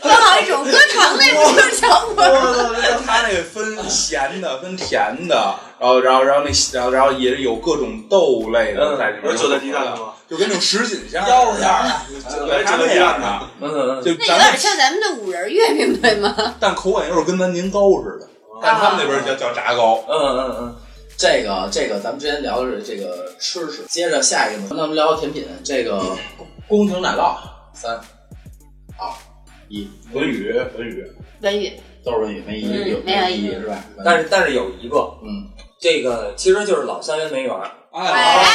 Speaker 5: 分好一种，搁糖那不就是小 果儿？
Speaker 2: 它那个分咸的，分甜的，然后然后然后那然后然后也有各种豆类的在里面，
Speaker 6: 嗯有韭菜鸡蛋的吗？
Speaker 2: 就跟那种什锦馅儿、
Speaker 1: 腰子馅儿的，
Speaker 2: 对，它那样的，
Speaker 3: 嗯嗯，
Speaker 2: 就
Speaker 5: 那
Speaker 2: 咱
Speaker 5: 有点
Speaker 2: 们
Speaker 5: 像咱们的五仁月饼，对吗？
Speaker 2: 但口感又是跟咱年糕似的，但他们那边叫叫炸糕，
Speaker 3: 嗯嗯嗯，
Speaker 1: 这个这个，咱们之前聊的是这个吃食，接着下一个呢，咱们聊甜品，这个宫廷奶酪，三二一，
Speaker 2: 文宇文宇，
Speaker 5: 文宇，
Speaker 1: 都是文语没意
Speaker 5: 嗯
Speaker 1: 义，有
Speaker 5: 没有
Speaker 1: 意
Speaker 5: 意
Speaker 1: 义
Speaker 5: 义
Speaker 1: 是吧？
Speaker 3: 但是但是有一个，
Speaker 1: 嗯，
Speaker 3: 这个其实就是老三元梅园儿，
Speaker 5: 哎，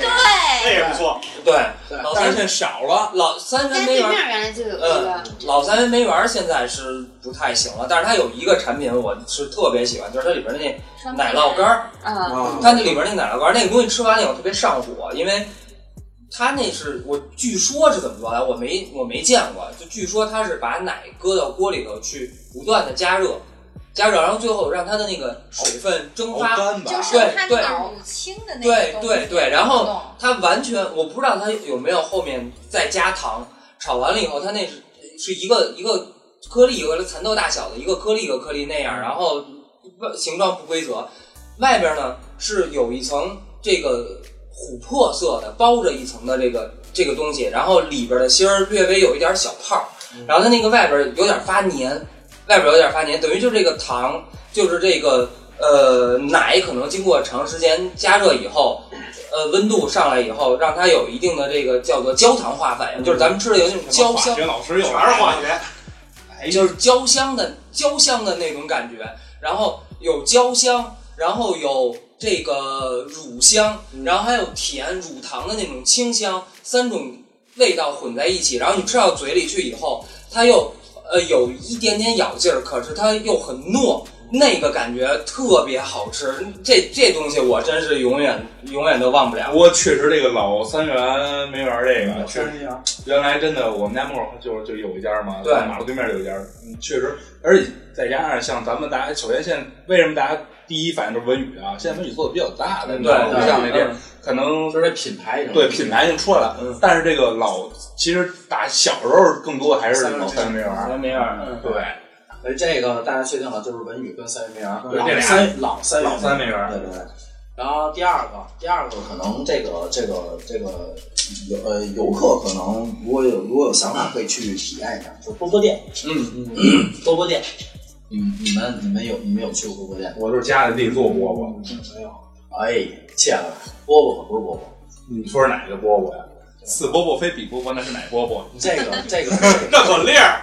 Speaker 6: 那
Speaker 5: 对，
Speaker 6: 也不错，
Speaker 3: 对，
Speaker 1: 对
Speaker 3: 老
Speaker 2: 但是
Speaker 3: 三
Speaker 2: 现在少了。
Speaker 3: 老三元
Speaker 5: 咱
Speaker 3: 梅
Speaker 5: 对
Speaker 3: 园儿
Speaker 5: 面原来就有一个，
Speaker 3: 老三元梅园儿现在是不太行了，但是它有一个产品我是特别喜欢，就是它里边儿那奶酪干儿，
Speaker 2: 嗯
Speaker 5: 啊，
Speaker 6: 啊
Speaker 3: 它那里边儿那奶酪干儿那个东西吃完了以后特别上火，因为它那是我据说是怎么做来，我没我没见过，就据说它是把奶搁到锅里头去不断的加热，加热，然后最后让它的那个水分蒸
Speaker 2: 熬
Speaker 3: 发，
Speaker 2: 干吧
Speaker 4: 就，是
Speaker 3: 对
Speaker 4: 它
Speaker 3: 对
Speaker 4: 那个乳清的那
Speaker 3: 对
Speaker 4: 个东西
Speaker 3: 对对然后
Speaker 4: 弄
Speaker 3: 它完全我不知道它有没有后面再加糖，炒完了以后，它那是是一个一个颗粒一个蚕豆大小的一个颗粒一个颗粒那样，然后外形状不规则，外边呢是有一层这个琥珀色的包着一层的这个这个东西，然后里边的芯儿略微有一点小泡儿，然后它那个外边有点发黏，外边有点发黏，等于就是这个糖就是这个。呃，奶可能经过长时间加热以后，呃，温度上来以后，让它有一定的这个叫做焦糖化反应，就是咱们吃的有一种焦
Speaker 2: 化
Speaker 3: 香，
Speaker 2: 学老师
Speaker 6: 全
Speaker 2: 又
Speaker 6: 是化学，
Speaker 3: 就是焦香的焦香的那种感觉，然后有焦香，然后有这个乳香，然后还有甜乳糖的那种清香，三种味道混在一起，然后你吃到嘴里去以后，它又呃有一点点咬劲儿，可是它又很糯。那个感觉特别好吃，这这东西我真是永远永远都忘不了。
Speaker 2: 不过确实，这个老三元没玩这个，确实原来真的，我们家门口就就有一家嘛，
Speaker 3: 对
Speaker 2: 马路对面有一家，嗯，确实，而且再加上像咱们大家，首先现在为什么大家第一反应就是文宇啊？现在文宇做的比较大，咱
Speaker 3: 对
Speaker 2: 们
Speaker 3: 对，
Speaker 2: 不像那店，
Speaker 3: 嗯
Speaker 2: 可能
Speaker 1: 就是这品牌什么的
Speaker 2: 对品牌已经出来了，
Speaker 3: 嗯
Speaker 2: 但是这个老其实打小时候更多还是
Speaker 1: 三元
Speaker 2: 老三元梅园，
Speaker 3: 嗯没样，
Speaker 2: 对，
Speaker 1: 所以这个大家确定了，就是文宇跟三元梅园，
Speaker 2: 对
Speaker 1: 老
Speaker 2: 这俩
Speaker 1: 三老三元
Speaker 2: 老三元梅园
Speaker 1: 对对对。然后第二个，第二个可能这个这个这个游呃游客可能如果有如果有想法可以去体验一下，就是波波店，
Speaker 3: 嗯，
Speaker 1: 波波店，你们你们你们有你们有去过波波店吗？
Speaker 2: 我就是家里自己做饽饽，
Speaker 1: 哎，切了，波波可不是波波，
Speaker 2: 你说是哪个饽饽呀？此饽饽非彼饽饽，那是哪饽饽？
Speaker 1: 这个这个
Speaker 6: 那可粒儿，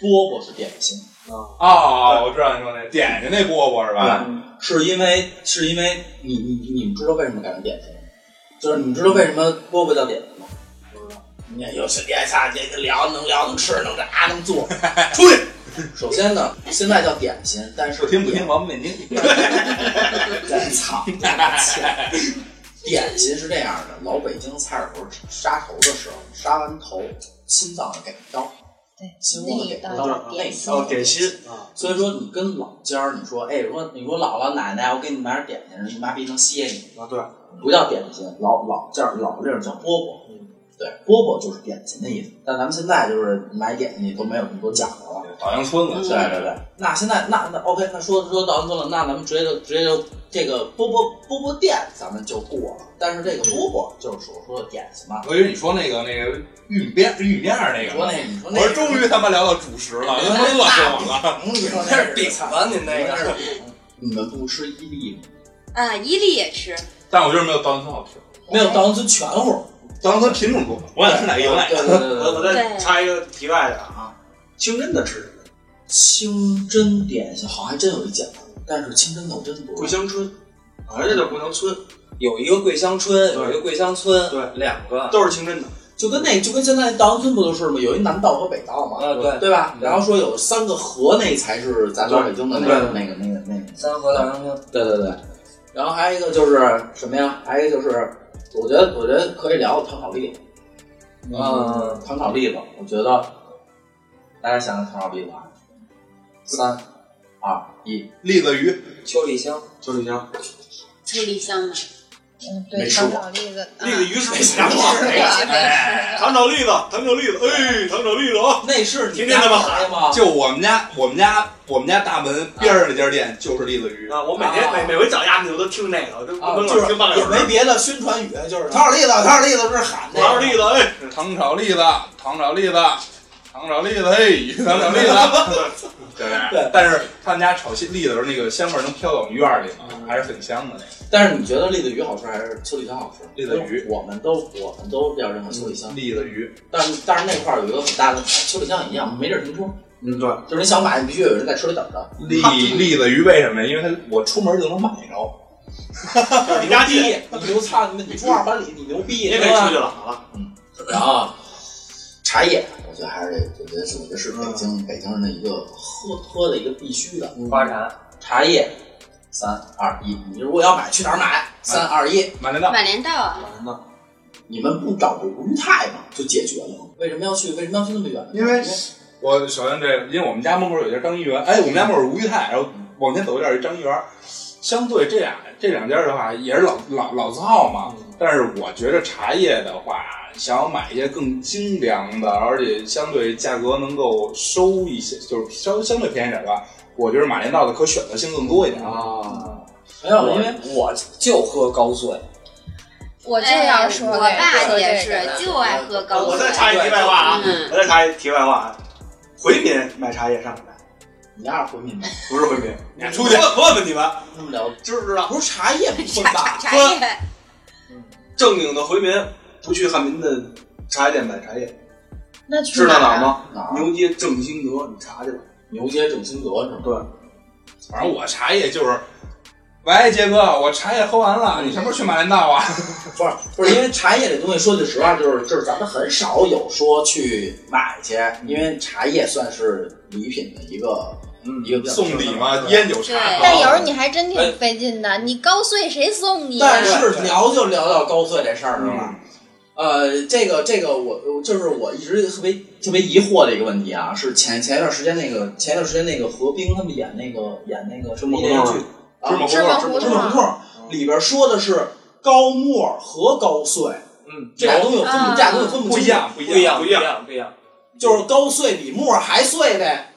Speaker 1: 饽饽是点心，
Speaker 2: 哦，我知道你说那嗯点心那饽饽是吧？
Speaker 1: 是因为是因为你你你们知道为什么改成点心吗？就是你们知道为什么饽饽叫点心吗？
Speaker 2: 嗯
Speaker 1: 不知道。你看，有些点下这个聊能聊能吃能炸能做。
Speaker 2: 出 去，
Speaker 1: 首先呢，现在叫点心，但是
Speaker 2: 不听不听，王八面筋。
Speaker 1: 在操，点心是这样的，老北京菜谱杀头的时候，杀完头心脏给刀，
Speaker 4: 对
Speaker 1: 心窝给
Speaker 4: 那
Speaker 1: 刀
Speaker 4: 一，
Speaker 6: 刀
Speaker 1: 那一
Speaker 6: 哦，点心啊，
Speaker 1: 所以说你跟老家儿，你说，哎，说你说姥姥奶奶，我给你买点点心，你妈逼能歇你，
Speaker 6: 啊对，
Speaker 1: 不叫点心，老老家儿老地儿叫饽饽，对，饽饽就是点心的意思。但咱们现在就是买点心都没有那么多讲究了。
Speaker 2: 稻香村了，
Speaker 1: 对对对，那现在那那 OK，那说说到说了，那咱们直接就直接就这个波波波波店咱们就过了，但是这个波波就是所说的点心嘛。
Speaker 2: 我以为你说那个那个玉米边玉米面儿那
Speaker 1: 你
Speaker 2: 个，
Speaker 1: 说那你说
Speaker 2: 我
Speaker 1: 那，
Speaker 2: 说终于他妈聊到主食了，他妈饿死我 了。
Speaker 1: 嗯，你说
Speaker 3: 那
Speaker 1: 那
Speaker 3: 是饼吧？您那个，
Speaker 1: 是饼。你们不吃伊利吗？
Speaker 5: 啊，伊利也吃，
Speaker 2: 但我觉得没有稻香村好吃，
Speaker 1: 没有稻香村全乎，
Speaker 2: 稻香村品种多，我想吃哪个有哪
Speaker 1: 对
Speaker 2: 个。
Speaker 1: 对对
Speaker 6: 我
Speaker 1: 对
Speaker 6: 呃我
Speaker 1: 对，
Speaker 6: 再
Speaker 5: 对
Speaker 6: 插一个题外的啊，清真的吃什么？
Speaker 1: 清真点心好像还真有一讲，但是清真的我真不
Speaker 6: 桂
Speaker 1: 知道。
Speaker 6: 香春，人啊家叫桂香春，
Speaker 3: 有一个桂香春，有一个桂香村，
Speaker 6: 对
Speaker 3: 两个，
Speaker 6: 啊都是清真的。
Speaker 1: 就跟那就跟现在稻香村不就是吗？有一南道和北道嘛，
Speaker 3: 呃，对，
Speaker 1: 对嗯吧？
Speaker 3: 对
Speaker 1: 然后说有三个河，那才是咱老北京的那个
Speaker 3: 对
Speaker 1: 那个那个那个。
Speaker 3: 三河稻香村，
Speaker 1: 对对对，然后还有一个就是什么呀？还有一个就是，我觉得我觉得可以聊糖炒栗子，
Speaker 3: 嗯，
Speaker 1: 糖炒栗子，我觉得大家想想糖炒栗子啊，三二一，
Speaker 2: 栗子鱼，
Speaker 3: 秋丽香，
Speaker 6: 就是你像
Speaker 5: 秋梨香嘛，
Speaker 4: 嗯，
Speaker 1: 没
Speaker 4: 对，
Speaker 1: 吃过
Speaker 4: 糖炒栗子，
Speaker 6: 栗子鱼是不是
Speaker 1: 没
Speaker 6: 南
Speaker 1: 吃
Speaker 6: 方
Speaker 1: 过
Speaker 6: 那
Speaker 4: 没
Speaker 6: 个
Speaker 4: 吃
Speaker 2: 哎，
Speaker 6: 糖炒栗子，糖炒栗子，哎，糖炒栗子啊！
Speaker 1: 那是
Speaker 6: 天天那么喊
Speaker 1: 吗？
Speaker 2: 就我们家我们家我们家大门边上那家店就是栗子鱼，
Speaker 6: 啊，我每天
Speaker 1: 啊
Speaker 6: 每每回找鸭子，我都听那个，我都
Speaker 1: 啊，
Speaker 6: 我
Speaker 1: 就
Speaker 6: 都
Speaker 1: 是
Speaker 6: 听半个
Speaker 1: 也
Speaker 6: 小
Speaker 1: 没
Speaker 6: 时。
Speaker 1: 别的宣传语，就是糖炒栗子，糖炒栗子这是喊的。
Speaker 6: 糖炒栗子，哎，
Speaker 2: 糖炒栗子，糖炒栗子，糖炒栗子，嘿，糖炒栗子。 对
Speaker 1: 对
Speaker 2: 但是他们家炒栗子的时候，那个香味儿能飘到我们院儿里嘛，
Speaker 1: 嗯
Speaker 2: 还是很香的那个
Speaker 1: 但是你觉得栗子鱼好吃还是秋梨香好吃？
Speaker 2: 栗子鱼
Speaker 1: 我们都我们都比较认可秋梨香，
Speaker 2: 栗子鱼。
Speaker 1: 但是但是那块儿有一个很大的秋梨香一样没地儿停车，
Speaker 6: 嗯，对，
Speaker 1: 就是你想买，你必须有人在车里等着。
Speaker 2: 栗栗子鱼为什么呀？因为它我出门就能买着。
Speaker 6: 你家第一，
Speaker 1: 你牛操你们，你住二环里，你牛逼，
Speaker 6: 你也可以出去了，好了。
Speaker 1: 对吧然后茶叶，我觉得还是我觉得是我觉得是北
Speaker 6: 嗯
Speaker 1: 京北京人的一个喝喝的一个必须的
Speaker 3: 花茶，
Speaker 1: 茶叶。三二一，你如果要买去哪儿买？三二一，
Speaker 2: 马连道，
Speaker 5: 马连道啊，
Speaker 6: 完了，
Speaker 1: 你们不找个吴裕泰吗？就解决了吗？为什么要去？为什么要去那么远？
Speaker 2: 因为我首先这，因为我们家门口有一家张一元，哎，我们家门口是吴裕泰，然后往前走一点是张一元。相对这俩这两家的话，也是老老老字号嘛。但是我觉得茶叶的话，想要买一些更精良的，而且相对价格能够收一些，就是稍相对便宜点的吧。我觉得马连道的可选择性更多一点。
Speaker 1: 啊，没有，因为
Speaker 3: 我就喝高碎，
Speaker 4: 哎我就要说
Speaker 5: 哎我
Speaker 4: 这个
Speaker 5: 爸
Speaker 4: 说
Speaker 5: 也
Speaker 4: 这个
Speaker 5: 是
Speaker 4: 呢
Speaker 5: 就爱喝高
Speaker 6: 我
Speaker 5: 粱
Speaker 6: 再，插一题外话啊，
Speaker 5: 嗯
Speaker 6: 我再插一题外话啊，回民买茶叶上哪买？
Speaker 1: 你俩是回 民吗？
Speaker 6: 不是回民，
Speaker 2: 你出去
Speaker 6: 我问我问你们，
Speaker 1: 那么聊，
Speaker 6: 知不知道
Speaker 1: 不是茶叶不分吧？
Speaker 5: 茶叶，
Speaker 6: 正经的回民不去汉民的茶叶店买茶叶，
Speaker 4: 那去
Speaker 6: 知道哪
Speaker 4: 儿
Speaker 6: 儿
Speaker 4: 啊？
Speaker 6: 吗？
Speaker 1: 哪儿
Speaker 6: 牛街正兴德，你查去吧。
Speaker 1: 牛街正兴德是吗？
Speaker 6: 对，
Speaker 2: 反正我茶叶就是，喂，杰哥，我茶叶喝完了，你什么时候去马连道啊？
Speaker 1: 不是不是，因为茶叶这东西，说句实话，就是就是咱们很少有说去买去，因为茶叶算是礼品的一个一个比较
Speaker 2: 嗯送礼嘛，
Speaker 1: 对
Speaker 2: 烟酒茶。
Speaker 5: 对
Speaker 4: 但有时候你还真挺费劲的，你高碎谁送你啊？
Speaker 1: 但是聊就聊到高碎这事儿了吧？呃，这个这个我，我就是我一直特别特别疑惑的一个问题啊，是前前一段时间那个前一段时间那个何冰他们演那个演那个什么
Speaker 6: 芝麻
Speaker 1: 电视
Speaker 6: 胡同
Speaker 1: 剧啊
Speaker 2: 芝麻胡同，
Speaker 4: 芝麻胡
Speaker 1: 芝
Speaker 2: 芝
Speaker 1: 麻
Speaker 2: 麻
Speaker 1: 胡同里边说的是高沫和高碎，
Speaker 2: 嗯，
Speaker 1: 这俩东西有分
Speaker 5: 啊
Speaker 1: 这俩东西有分
Speaker 2: 不
Speaker 1: 清
Speaker 2: 一，样，不
Speaker 3: 不
Speaker 2: 一样，
Speaker 3: 一样，不一样，不一样。
Speaker 1: 就是高碎比沫还碎呗，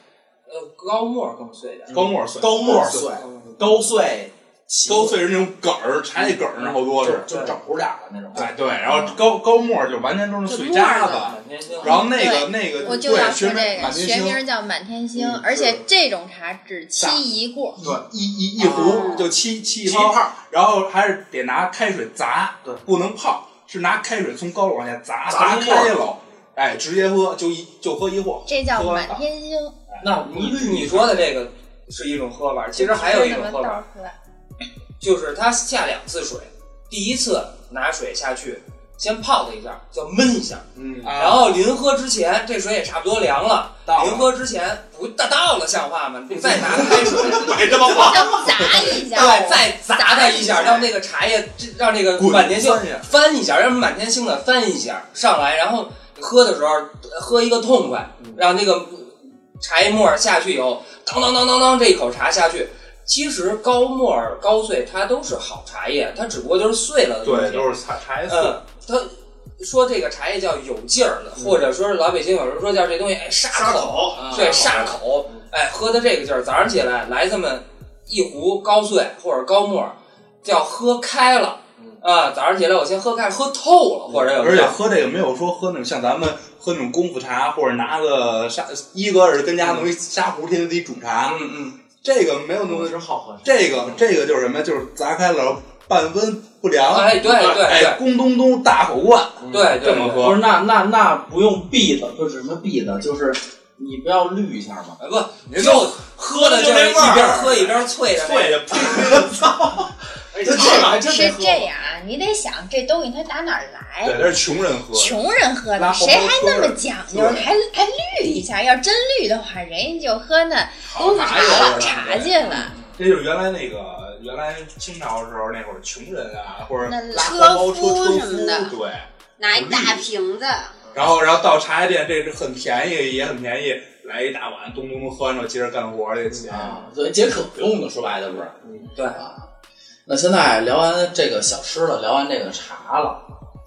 Speaker 3: 呃，高沫更碎点，
Speaker 2: 高沫碎，
Speaker 1: 高沫碎，
Speaker 3: 嗯
Speaker 1: 高碎起
Speaker 2: 高碎是那种梗儿，茶叶梗儿好多。
Speaker 1: 就是就整糊点儿的那种。
Speaker 2: 哎，对，然后高高沫就完全都是碎渣
Speaker 5: 就沫
Speaker 2: 子，
Speaker 3: 年轻
Speaker 2: 然后那个那个
Speaker 4: 我
Speaker 2: 对，
Speaker 4: 就要说
Speaker 2: 学
Speaker 4: 这
Speaker 2: 名
Speaker 4: 个，
Speaker 2: 满
Speaker 4: 学
Speaker 2: 天
Speaker 4: 名
Speaker 2: 星，
Speaker 4: 叫满天星，
Speaker 2: 嗯
Speaker 4: 而且这种茶只沏一过，
Speaker 2: 一一一壶
Speaker 5: 哦
Speaker 4: 嗯
Speaker 2: 就七七
Speaker 1: 起
Speaker 2: 泡，
Speaker 1: 泡，
Speaker 2: 然后还是得拿开水砸
Speaker 6: 对，
Speaker 2: 不能泡，是拿开水从高往下砸，
Speaker 6: 砸
Speaker 2: 砸
Speaker 6: 沫儿
Speaker 2: 开了，哎，直接喝就一就喝一 货，
Speaker 4: 这叫满天星，
Speaker 3: 那你你说的这个是一种喝法，其实还有一种喝法，
Speaker 4: 喝。
Speaker 3: 就是它下两次水，第一次拿水下去先泡它一下，叫焖一下，
Speaker 6: 嗯，
Speaker 3: 然后临喝之前这水也差不多凉了，
Speaker 1: 到
Speaker 3: 临
Speaker 1: 了
Speaker 3: 喝之前不大到了像话吗？你再拿开水，
Speaker 6: 买这么胖，
Speaker 4: 要砸一下，
Speaker 3: 对，再砸它一下，让那个茶叶让这个
Speaker 2: 滚
Speaker 3: 满天星
Speaker 2: 翻下
Speaker 3: 翻一下，让满天星的翻一下上来，然后喝的时候呃喝一个痛快，让那个茶叶沫儿下去以后，当当当当当，这一口茶下去。其实高沫儿、高碎它都是好茶叶，它只不过就是碎了的东
Speaker 7: 对，
Speaker 3: 西。
Speaker 7: 都是茶茶叶碎。
Speaker 3: 嗯，他说这个茶叶叫有劲儿的，或者说是老北京有人说叫这东西哎沙
Speaker 6: 沙
Speaker 3: 口，
Speaker 6: 口，
Speaker 3: 对沙口，哎喝的这个劲儿，早上起来来这么一壶高碎或者高沫儿，叫喝开了。啊，早上起来我先喝开，喝透了，或者有
Speaker 2: 而且
Speaker 3: 点
Speaker 2: 喝这个没有说喝那种像咱们喝那种功夫茶，或者拿个沙，一个是跟家
Speaker 7: 嗯
Speaker 2: 弄一砂壶，天天自己煮茶。嗯嗯，这个没有那么
Speaker 7: 是好喝，
Speaker 2: 这个这个就是什么呀？就是砸开了半温不凉，
Speaker 3: 哎，对对
Speaker 2: 哎，
Speaker 3: 对
Speaker 2: 咚咚咚大口灌，
Speaker 3: 对
Speaker 2: 这么
Speaker 3: 对，
Speaker 1: 不
Speaker 2: 喝。
Speaker 1: 是，那那那不用篦子，就是什么篦子，就是你不要绿一下嘛。
Speaker 3: 哎不就喝的就是一边喝一边啐着那个，
Speaker 7: 对的，
Speaker 6: 哎，
Speaker 1: 这
Speaker 6: 这
Speaker 1: 还真没
Speaker 4: 是
Speaker 1: 喝
Speaker 4: 这样啊，你得想这东西它打哪儿 来。
Speaker 2: 对，那是穷人喝。
Speaker 4: 穷人喝
Speaker 2: 拿
Speaker 4: 的，
Speaker 2: 红
Speaker 4: 谁还
Speaker 2: 包
Speaker 4: 那么
Speaker 2: 喝的
Speaker 4: 讲究？
Speaker 2: 对
Speaker 4: 还还绿一下？要真绿的话，人家就喝那功夫茶
Speaker 2: 啊
Speaker 4: 老茶去了。
Speaker 7: 这就是原来那个原来清朝的时候那会儿穷人啊，或者
Speaker 5: 那
Speaker 7: 拉
Speaker 5: 车
Speaker 7: 黄包车
Speaker 5: 夫
Speaker 7: 车
Speaker 5: 什么的
Speaker 7: 对，
Speaker 5: 拿一大瓶子，
Speaker 2: 然后，然后到茶叶店，这是很便宜，也很便宜，来一大碗，咚咚咚喝完之后接着干活去。
Speaker 1: 啊，所以解渴用的，说白了不是。啊
Speaker 3: 对，
Speaker 1: 那现在聊完这个小吃了，聊完这个茶了，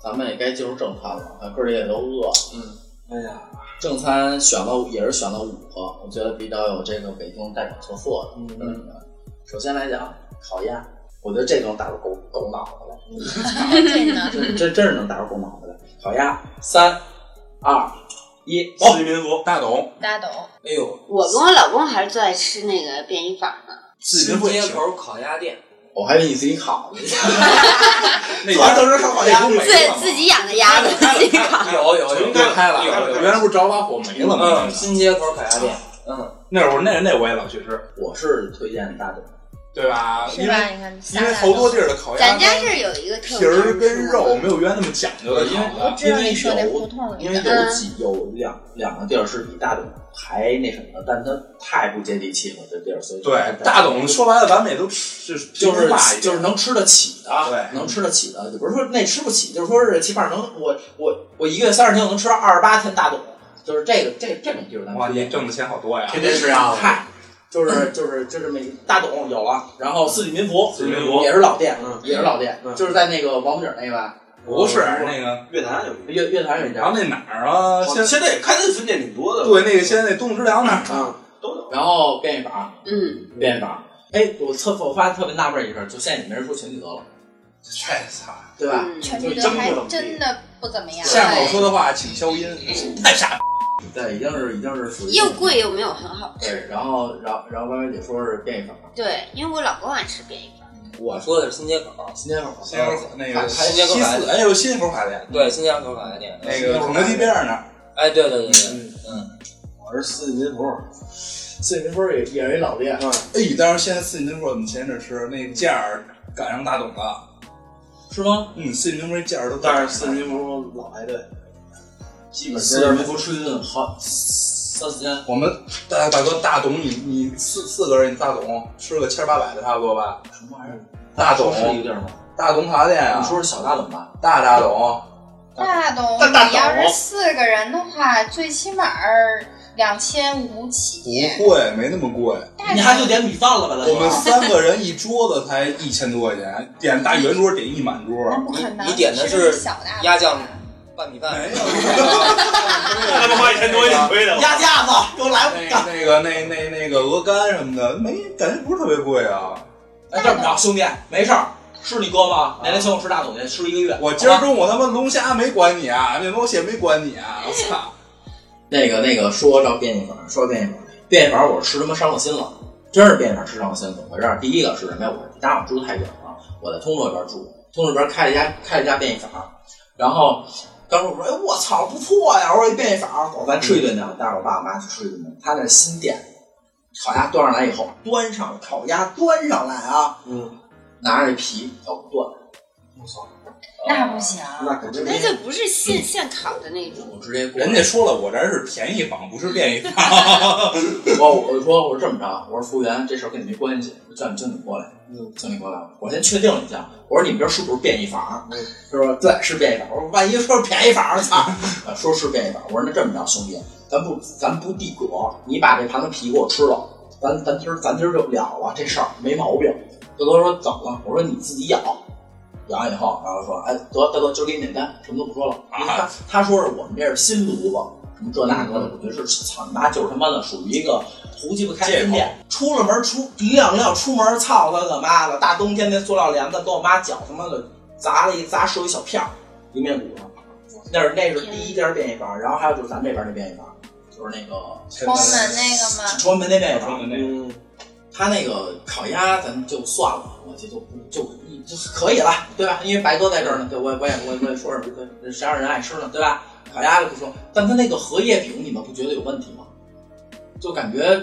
Speaker 1: 咱们也该进入正餐了。啊，哥儿也都饿了。
Speaker 3: 嗯，
Speaker 1: 哎呀，正餐选了也是选了五个，我觉得比较有这个北京代表特色的。嗯，首先来讲烤鸭，我觉得这能打入狗狗脑子了。
Speaker 4: 这 呢，
Speaker 1: 这这真是能打入狗脑子了。烤鸭，三二一，
Speaker 2: 四级民哦族，大董，
Speaker 4: 大董，
Speaker 3: 哎呦，
Speaker 5: 我跟我老公还是最爱吃那个便宜坊呢。
Speaker 2: 四级
Speaker 3: 新
Speaker 2: 民族也
Speaker 3: 街
Speaker 2: 行。
Speaker 3: 口烤鸭店，
Speaker 1: 我还以为你自己烤呢。
Speaker 2: 那边都是烤鸭，
Speaker 5: 自自己养的鸭子，自己烤。
Speaker 3: 有有有，
Speaker 2: 又开了，
Speaker 3: 有有有
Speaker 2: 原来不是着把火没了吗？
Speaker 3: 嗯，新街口烤鸭店，
Speaker 1: 啊
Speaker 3: 嗯。
Speaker 2: 那会儿那那我也老去吃，
Speaker 1: 我是推荐大董，
Speaker 2: 对吧？
Speaker 4: 是
Speaker 2: 因
Speaker 4: 吧？
Speaker 2: 为
Speaker 4: 你看，
Speaker 2: 因为好多地儿的烤鸭
Speaker 5: 咱
Speaker 2: 它
Speaker 5: 家是有一个
Speaker 2: 皮
Speaker 5: 特别
Speaker 2: 儿跟肉没有原来那么讲究的，
Speaker 1: 因为
Speaker 4: 我知道
Speaker 1: 因为
Speaker 4: 你说那
Speaker 1: 有
Speaker 4: 胡同里
Speaker 1: 因为
Speaker 4: 的，嗯
Speaker 1: 有几有两两个地儿是比大董还那什么的，但它太不接地气了，这地儿，所以
Speaker 2: 对大董说白了，咱们也都吃是
Speaker 1: 就是
Speaker 2: 大
Speaker 1: 就是能吃得起的，
Speaker 2: 对
Speaker 1: 能吃得起的，也不是说那吃不起，就是说是起码能我我我一个月三十天我能吃二十八天大董，就是这个这这种地儿咱
Speaker 2: 哇，
Speaker 1: 们
Speaker 2: 你挣的钱好多呀！
Speaker 7: 天天吃鸭子，
Speaker 1: 嗨，
Speaker 6: 嗯
Speaker 1: 就是就是就是每大董有了，然后四季民福，
Speaker 7: 四季民福
Speaker 1: 也是老店，
Speaker 6: 嗯
Speaker 1: 也是老店，
Speaker 6: 嗯
Speaker 1: 就是在那个王府井那吧，
Speaker 2: 不是那个，
Speaker 6: 越南有一个，
Speaker 1: 乐乐坛有一
Speaker 2: 然后
Speaker 1: 家，
Speaker 2: 那哪儿啊？现
Speaker 6: 现在开的分店挺多的，
Speaker 2: 对那个现在那东直粮 那儿，
Speaker 1: 啊，
Speaker 6: 都有。
Speaker 1: 然后便宜坊，
Speaker 5: 嗯，
Speaker 1: 便宜坊。哎，我特我发现特别纳闷一事儿，就现在也没人说全聚德了，
Speaker 2: 太惨。
Speaker 1: 对吧？
Speaker 5: 嗯
Speaker 4: 全聚德
Speaker 6: 真不
Speaker 4: 还
Speaker 6: 怎么地
Speaker 4: 真的不怎么样。
Speaker 2: 下面我说的话请消音，太傻。
Speaker 1: 对，已经是已经是属于
Speaker 5: 又贵又没有很好
Speaker 1: 对，
Speaker 5: 吃。
Speaker 1: 然后然后然后刚才姐说是便宜坊，
Speaker 5: 对，因为我老公爱吃便宜坊，
Speaker 3: 我说的是新街口，
Speaker 1: 新街口，
Speaker 2: 新街口那个
Speaker 3: 新街口
Speaker 2: 西
Speaker 3: 烤鸭
Speaker 2: 四，哎呦，新街口烤鸭店，
Speaker 3: 对，新街口烤鸭店，
Speaker 2: 那个嗯肯德基边上那儿，
Speaker 3: 哎，对对对对，
Speaker 1: 我是四季民福，四季民福也也是一老店，
Speaker 6: 嗯
Speaker 2: 哎，但是现在四季民福我们前一阵吃那价儿赶上大董了，
Speaker 1: 是吗？
Speaker 2: 嗯，四季民福这价儿都赶上
Speaker 6: 但
Speaker 2: 了，
Speaker 6: 是四民福老排队，基本
Speaker 1: 四季民福吃一顿好三四千，
Speaker 2: 我们大大哥大董，你你四四个人，你大董吃个千八百的差不多吧？
Speaker 1: 什么玩意儿？
Speaker 2: 大
Speaker 1: 说
Speaker 2: 董
Speaker 1: 是一个地儿吗？
Speaker 2: 大董烤鸭店啊
Speaker 1: 哎你，说是小大董吧？
Speaker 2: 大大董，
Speaker 4: 大董，
Speaker 6: 大大董
Speaker 4: 你要是四个人的话，最起码两千五
Speaker 2: 不
Speaker 4: 起。
Speaker 2: 贵，啊没那么贵。
Speaker 4: 大
Speaker 1: 你还就点米饭了吧？大哥啊
Speaker 2: 我们三个人一桌子才一千多块钱，点大圆桌，点一满桌。
Speaker 4: 那不可能，
Speaker 3: 你点的
Speaker 4: 吃的
Speaker 3: 是
Speaker 4: 小大
Speaker 3: 鸭酱拌米
Speaker 2: 没
Speaker 3: 饭，
Speaker 2: 有，
Speaker 6: 他妈花一千多一亏的，
Speaker 1: 鸭架子给我来五个。
Speaker 2: 那个那那那个鹅肝什么的，没感觉不是特别贵啊。
Speaker 1: 哎，这么着，兄弟，没事儿，是你哥吗？哪天请我吃大董去，吃一个月。
Speaker 2: 我今
Speaker 1: 好
Speaker 2: 儿
Speaker 1: 吧
Speaker 2: 中午他妈龙虾没管你啊，面包蟹没管你啊，我操！
Speaker 1: 那个那个，说到便宜坊，说到便宜坊，便宜坊我是吃他妈伤了心了，真是便宜坊吃伤了心了。怎么回事儿？第一个是什么呀？我家我住得太远了，我在通州那边住，通州那边开了一家开了一家便宜坊，然后当时我说，哎，我操，不错呀！我说变一法儿，走，咱吃一顿去。带着我爸我妈去吃一顿去，他那新店烤鸭端上来以后，端上烤鸭端上来啊，
Speaker 6: 嗯，
Speaker 1: 拿着皮要断，我操！
Speaker 4: 那不行，
Speaker 6: 那肯定
Speaker 5: 那就不是现现烤的那种，
Speaker 3: 我直接过来
Speaker 2: 人家说了，我这儿是便宜房，不是便宜房。
Speaker 1: 我我就说，我说这么着，我说服务员，这事儿跟你没关系，我叫你经理过来。
Speaker 6: 嗯，
Speaker 1: 经理过来了，我先确定一下，我说你们这是不是便宜房？他说对，是便宜房。我说万一说是便宜房，操！啊说是便宜房。我说那这么着，兄弟，咱不咱不递葛，你把这盘子皮给我吃了，咱咱今儿咱今儿就了了这事儿，没毛病。德德说怎么了？我说你自己咬，咬完以后，然后说哎得得得，今儿给你点单，什么都不说了。因为他他说是我们这是新炉子，什么这那个的，我觉得是操你妈就是他妈的属于一个胡鸡巴开分店，出了门出亮亮出门，操他个妈的，大冬天那塑料帘子给我妈脚他妈的砸了一砸折一小片儿，一面骨头。那是那是第一家便宜房，然后还有就是咱们这边那便宜房，就是那个
Speaker 4: 红门那个吗？
Speaker 1: 崇文门那便宜
Speaker 2: 说
Speaker 1: 房
Speaker 2: 的，那个
Speaker 6: 嗯，
Speaker 1: 他那个烤鸭咱们就算了，我这就不就就可以了，对吧？因为白哥在这儿呢，对我也我也我也我也说什么，谁让人爱吃呢，对吧？烤鸭就不说，但他那个荷叶饼你们不觉得有问题吗？就感觉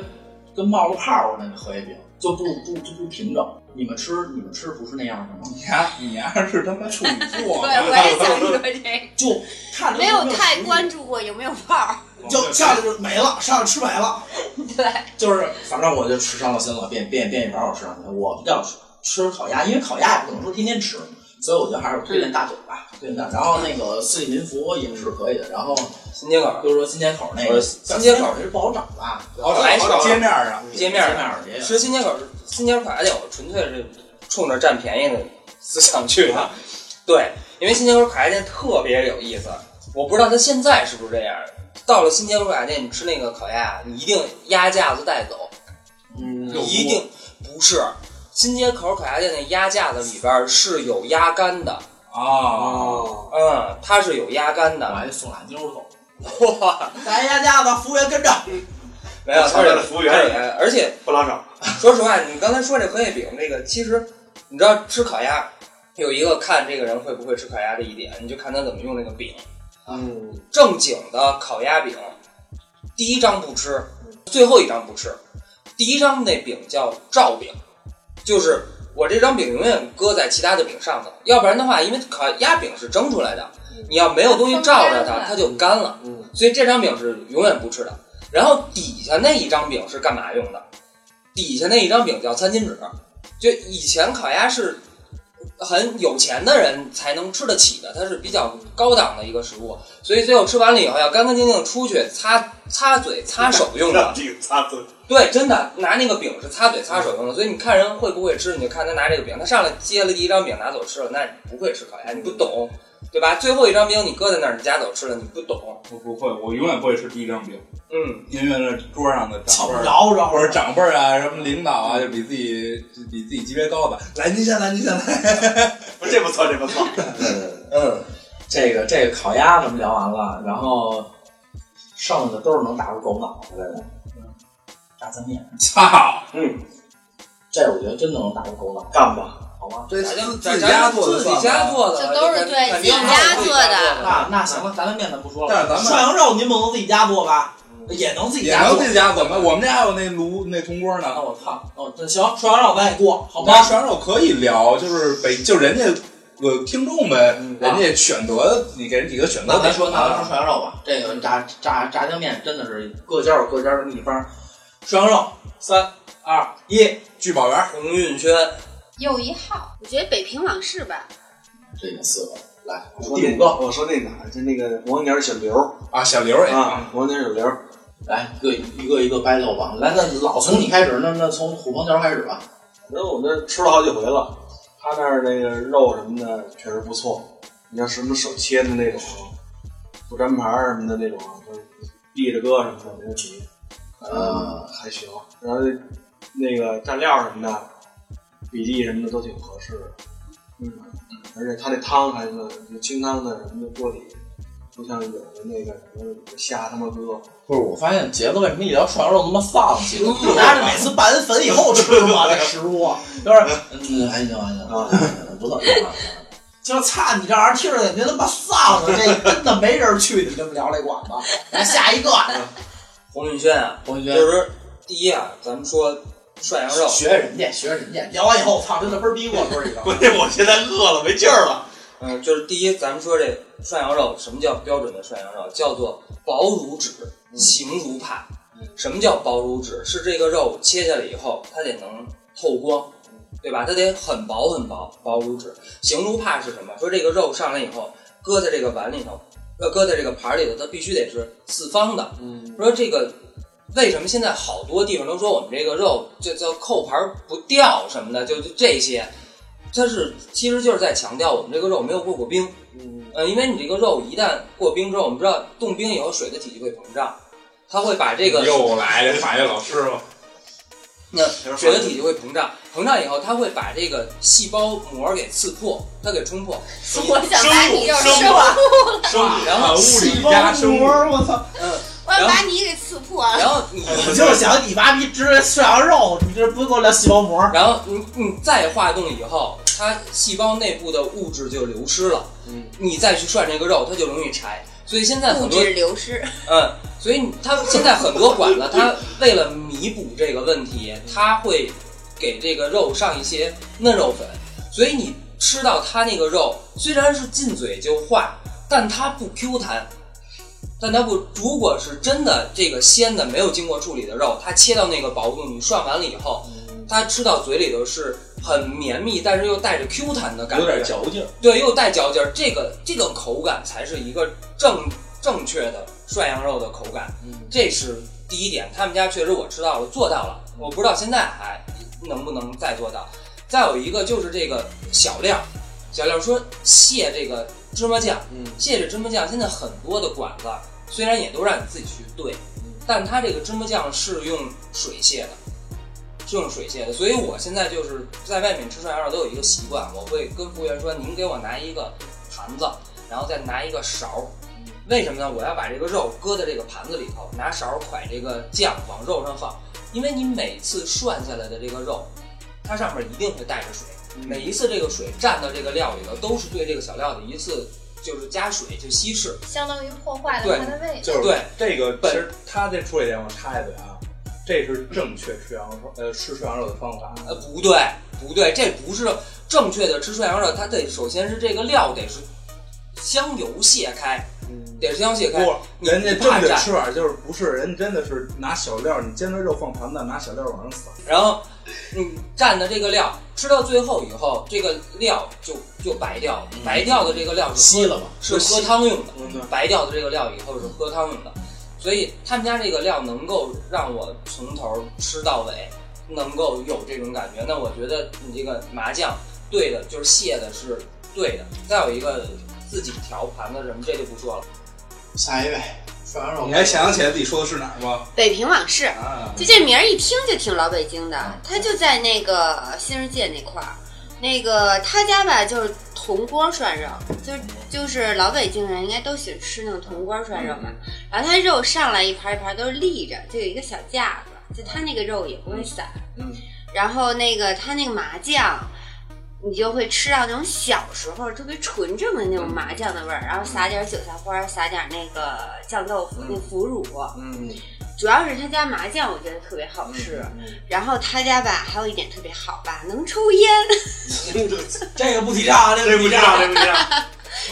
Speaker 1: 跟冒了泡儿那个荷叶饼，就不不就不平整。你们吃你们吃不是那样的吗？
Speaker 2: 你呀，你呀是他妈处女座
Speaker 5: 我我也想说这
Speaker 1: 就看着
Speaker 5: 个，没有
Speaker 1: 就
Speaker 5: 太
Speaker 1: 食欲
Speaker 5: 关注过有没有泡儿，
Speaker 1: 就下去就没了，上去吃没了。
Speaker 5: 对，
Speaker 1: 就是反正我就吃伤了心了，变变变一盘我吃上去。我比较吃吃烤鸭，因为烤鸭也不能说天天吃，所以我觉得还是推荐大嘴吧，推荐大。然后那个四季民福也是可以的，然后
Speaker 3: 新街口
Speaker 1: 比如说新街口那
Speaker 3: 我
Speaker 1: 个，
Speaker 3: 新街口
Speaker 1: 这不好找吧？
Speaker 2: 好找
Speaker 3: 来
Speaker 2: 街面儿啊，
Speaker 3: 街面
Speaker 1: 街面
Speaker 3: 儿，
Speaker 1: 儿也有
Speaker 3: 其实新街口儿新街口烤鸭店，我纯粹是冲着占便宜的思想去的。对，因为新街口烤鸭店特别有意思，我不知道它现在是不是这样。到了新街口烤鸭店，你吃那个烤鸭，你一定压架子带走，
Speaker 6: 嗯
Speaker 2: 有
Speaker 3: 一定不是。新街口烤鸭店的鸭架子里边儿是有鸭肝的，
Speaker 2: 啊，
Speaker 6: 哦，
Speaker 3: 嗯，它是有鸭肝
Speaker 1: 我
Speaker 3: 的。
Speaker 1: 还送俩妞儿走，嗯
Speaker 3: 哇，
Speaker 1: 来鸭架子，服务员跟着。
Speaker 3: 没有，它
Speaker 6: 他为了
Speaker 3: 是
Speaker 6: 服务员
Speaker 3: 对而且
Speaker 6: 不拉手，
Speaker 3: 说实话，你刚才说这荷叶饼，这个其实你知道吃烤鸭有一个看这个人会不会吃烤鸭的一点，你就看他怎么用这个饼。
Speaker 6: 嗯，
Speaker 3: 正经的烤鸭饼，第一张不吃，最后一张不吃。第一张那饼叫罩饼，就是我这张饼永远搁在其他的饼上头，要不然的话，因为烤鸭饼是蒸出来的，你要没有东西罩着它，它就干了。
Speaker 6: 嗯，
Speaker 3: 所以这张饼是永远不吃的。然后底下那一张饼是干嘛用的？底下那一张饼叫餐巾纸，就以前烤鸭是很有钱的人才能吃得起的，它是比较高档的一个食物，所以最后吃完了以后要干干净净出去擦擦嘴、擦手用的
Speaker 6: 让。这个擦嘴，
Speaker 3: 对，真的拿那个饼是擦嘴擦手用的，所以你看人会不会吃，你就看他拿这个饼，他上来接了第一张饼拿走吃了，那你不会吃烤鸭，你不懂，对吧？最后一张饼你搁在那儿，你夹走吃了，你不懂，
Speaker 2: 我不会，我永远不会吃第一张饼，
Speaker 3: 嗯，
Speaker 2: 因为那桌上的 长辈儿
Speaker 1: 饶 饶
Speaker 2: 或者长辈儿啊，什么领导啊，就比自己就比自己级别高的，来您先来，您先来。
Speaker 6: 不这不错，这不错，
Speaker 1: 嗯，这个这个烤鸭咱们聊完了，然后剩下的都是能打出狗脑袋来的，炸酱面，
Speaker 2: 操，
Speaker 1: 这我觉得真的能打出狗脑，
Speaker 6: 干吧，
Speaker 1: 好吗？
Speaker 2: 这
Speaker 3: 咱就
Speaker 2: 自己家做的
Speaker 3: 自己家做的，
Speaker 5: 这都是对
Speaker 3: 肯
Speaker 5: 自己
Speaker 3: 定
Speaker 5: 家
Speaker 3: 是自己
Speaker 5: 做的
Speaker 1: 那那行了，咱们面咱不说了。
Speaker 2: 但是咱们
Speaker 1: 涮羊肉您不能自己家做吧？也能自己
Speaker 2: 也
Speaker 1: 家
Speaker 2: 能
Speaker 1: 做
Speaker 2: 自。己家做吗？我们家还有那炉那铜锅呢
Speaker 1: 那。我操，哦，那行，涮羊肉咱也过，好
Speaker 2: 我
Speaker 1: 吧
Speaker 2: 们？涮羊肉可以聊，就是北，就人家呃听众们，人家选择你给人几个选择
Speaker 1: 那
Speaker 2: 点
Speaker 1: 咱说，那咱说涮羊肉吧。这个炸炸炸酱面真的是各家有各家的秘方。涮羊肉，三二一，
Speaker 2: 聚宝园，
Speaker 3: 鸿运轩，
Speaker 4: 又一号，
Speaker 5: 我觉得北平往事吧，
Speaker 1: 这个四个来，
Speaker 6: 我说
Speaker 1: 第
Speaker 6: 那
Speaker 1: 五个，
Speaker 6: 我说那哪儿，就那个王娘小刘
Speaker 2: 啊，小刘也
Speaker 6: 啊，王娘小刘，
Speaker 1: 来一个哎一个一个掰六吧。来，那老从你开始，那那从虎坊桥开始吧。
Speaker 6: 那我们这吃了好几回了，他那儿那个肉什么的确实不错，你像什么手切的那种，不粘盘儿什么的那种，就是立着搁什么的没问题，呃，还行。然后那个蘸料什么的，比例什么的都挺合适的，嗯，而且他那汤还是清汤的什么的锅底，不像有的那个什么瞎他妈搁，
Speaker 1: 不是，我发现杰子为什么一聊涮羊肉那么放弃？ 拿着每次拌完粉以啊哎
Speaker 6: 啊
Speaker 1: 后吃嘛，这食物就是，嗯，还行还行，不错。就操你这玩意儿听着感觉他妈丧的，这真的没人去你这么聊这 馆子。来哎下一个，啊
Speaker 3: 红绿轩啊，
Speaker 1: 黄轩
Speaker 3: 就是第一啊，咱们说涮羊肉，
Speaker 1: 学人家，学人家。聊完以后，我操，真的倍儿逼我说一个。
Speaker 2: 关键我现在饿了，没劲儿了。
Speaker 3: 嗯，就是第一，咱们说这涮羊肉，什么叫标准的涮羊肉？叫做薄如纸，形如帕。什么叫薄如纸？是这个肉切下来以后，它得能透光，对吧？它得很薄很薄，薄如纸。形如帕是什么？说这个肉上来以后，搁在这个碗里头，呃，搁在这个盘儿里头，它必须得是四方的。
Speaker 6: 嗯，
Speaker 3: 说这个为什么现在好多地方都说我们这个肉就叫扣盘儿不掉什么的，就就这些，它是其实就是在强调我们这个肉没有过过冰。
Speaker 6: 嗯，
Speaker 3: 呃，因为你这个肉一旦过冰之后，我们知道冻冰以后水的体积会膨胀，它会把这个
Speaker 7: 又来了，法学老师傅，
Speaker 3: 那水的体积会膨胀，膨胀以后它会把这个细胞膜给刺破，它给冲破，
Speaker 5: 我想把你肉吃
Speaker 2: 生物
Speaker 5: 了，
Speaker 2: 生物
Speaker 3: 然
Speaker 7: 啊
Speaker 3: 后
Speaker 7: 物理加生物，
Speaker 1: 我操！
Speaker 3: 嗯、
Speaker 5: 我要把你给刺破了。
Speaker 3: 然后你
Speaker 1: 我就想你妈逼吃涮羊肉，你这不给我聊细胞膜？
Speaker 3: 然后你你再化冻以后，它细胞内部的物质就流失了。
Speaker 6: 嗯，
Speaker 3: 你再去涮这个肉，它就容易柴。所以现在
Speaker 5: 物
Speaker 3: 很多
Speaker 5: 质流失，
Speaker 3: 嗯，所以它现在很多馆子，它为了弥补这个问题，它会给这个肉上一些嫩肉粉，所以你吃到它那个肉虽然是进嘴就化，但它不 Q 弹。但它不，如果是真的这个鲜的没有经过处理的肉，它切到那个薄度，你涮完了以后，
Speaker 6: 嗯
Speaker 3: 它吃到嘴里头是很绵密，但是又带着 Q 弹的感觉，
Speaker 6: 有点嚼劲儿。
Speaker 3: 对，又带嚼劲儿，这个这个口感才是一个正正确的涮羊肉的口感，
Speaker 6: 嗯
Speaker 3: 这是第一点。他们家确实我吃到了，做到了，我不知道现在还能不能再做到。再有一个就是这个小料儿，小料儿说蟹这个芝麻酱，
Speaker 6: 嗯
Speaker 3: 蟹这芝麻酱现在很多的馆子虽然也都让你自己去兑，
Speaker 6: 嗯
Speaker 3: 但它这个芝麻酱是用水蟹的，是用水蟹的。所以我现在就是在外面吃涮羊肉都有一个习惯，我会跟服务员说：“您给我拿一个盘子，然后再拿一个勺儿。”为什么呢？我要把这个肉搁在这个盘子里头，拿勺儿㧟这个酱往肉上放，因为你每次涮下来的这个肉，它上面一定会带着水。
Speaker 7: 嗯
Speaker 3: 每一次这个水蘸到这个料里头，都是对这个小料的一次就是加水就稀释。
Speaker 4: 相当于破坏
Speaker 3: 对
Speaker 4: 了它的味道。
Speaker 7: 就是这
Speaker 3: 对
Speaker 7: 个，其实他这出这点我插一嘴啊，这是正确吃羊肉，呃，吃涮羊肉的方法。
Speaker 3: 呃，不对，不对，这不是正确的吃涮羊肉，它得首先是这个料得是香油泄开，
Speaker 6: 嗯
Speaker 3: 得是香油泄开。
Speaker 7: 不，
Speaker 3: 你
Speaker 7: 人家
Speaker 3: 你
Speaker 7: 正
Speaker 3: 怕
Speaker 7: 确
Speaker 3: 蘸
Speaker 7: 吃法就是不是，人家真的是拿小料，你煎的肉放盘子，拿小料往上撒。
Speaker 3: 然后你蘸的这个料，吃到最后以后，这个料就就白掉了，白掉的这个料是喝
Speaker 1: 吸了吧？
Speaker 3: 是喝汤用的，
Speaker 6: 嗯对
Speaker 3: 白掉的这个料以后是喝汤用的，所以他们家这个料能够让我从头吃到尾，能够有这种感觉。那我觉得你这个麻酱对的，就是蟹的是对的。再有一个自己调盘子什么，这就不说了。
Speaker 1: 下一位，涮羊肉。
Speaker 2: 你还想起来自己说的是哪儿吗？
Speaker 5: 北平往事，
Speaker 2: 啊，
Speaker 5: 就这名儿一听就挺老北京
Speaker 6: 嗯
Speaker 5: 的，他就在那个新世界那块儿。那个他家吧，就是铜锅涮肉，就就是老北京人应该都喜欢吃那种铜锅涮肉嘛。
Speaker 6: 嗯
Speaker 5: 然后他肉上来一盘一盘都是立着，就有一个小架子，就他那个肉也不会散。
Speaker 6: 嗯。
Speaker 5: 然后那个他那个麻酱，你就会吃到那种小时候特别纯正的那种麻酱的味儿，然后撒点韭菜花，撒点那个酱豆腐、那腐乳。
Speaker 6: 嗯，
Speaker 5: 主要是他家麻酱，我觉得特别好吃。然后他家吧，还有一点特别好吧，能抽烟。
Speaker 1: 这个不提倡啊，这个不提 倡。
Speaker 2: 这不这样。
Speaker 6: 哎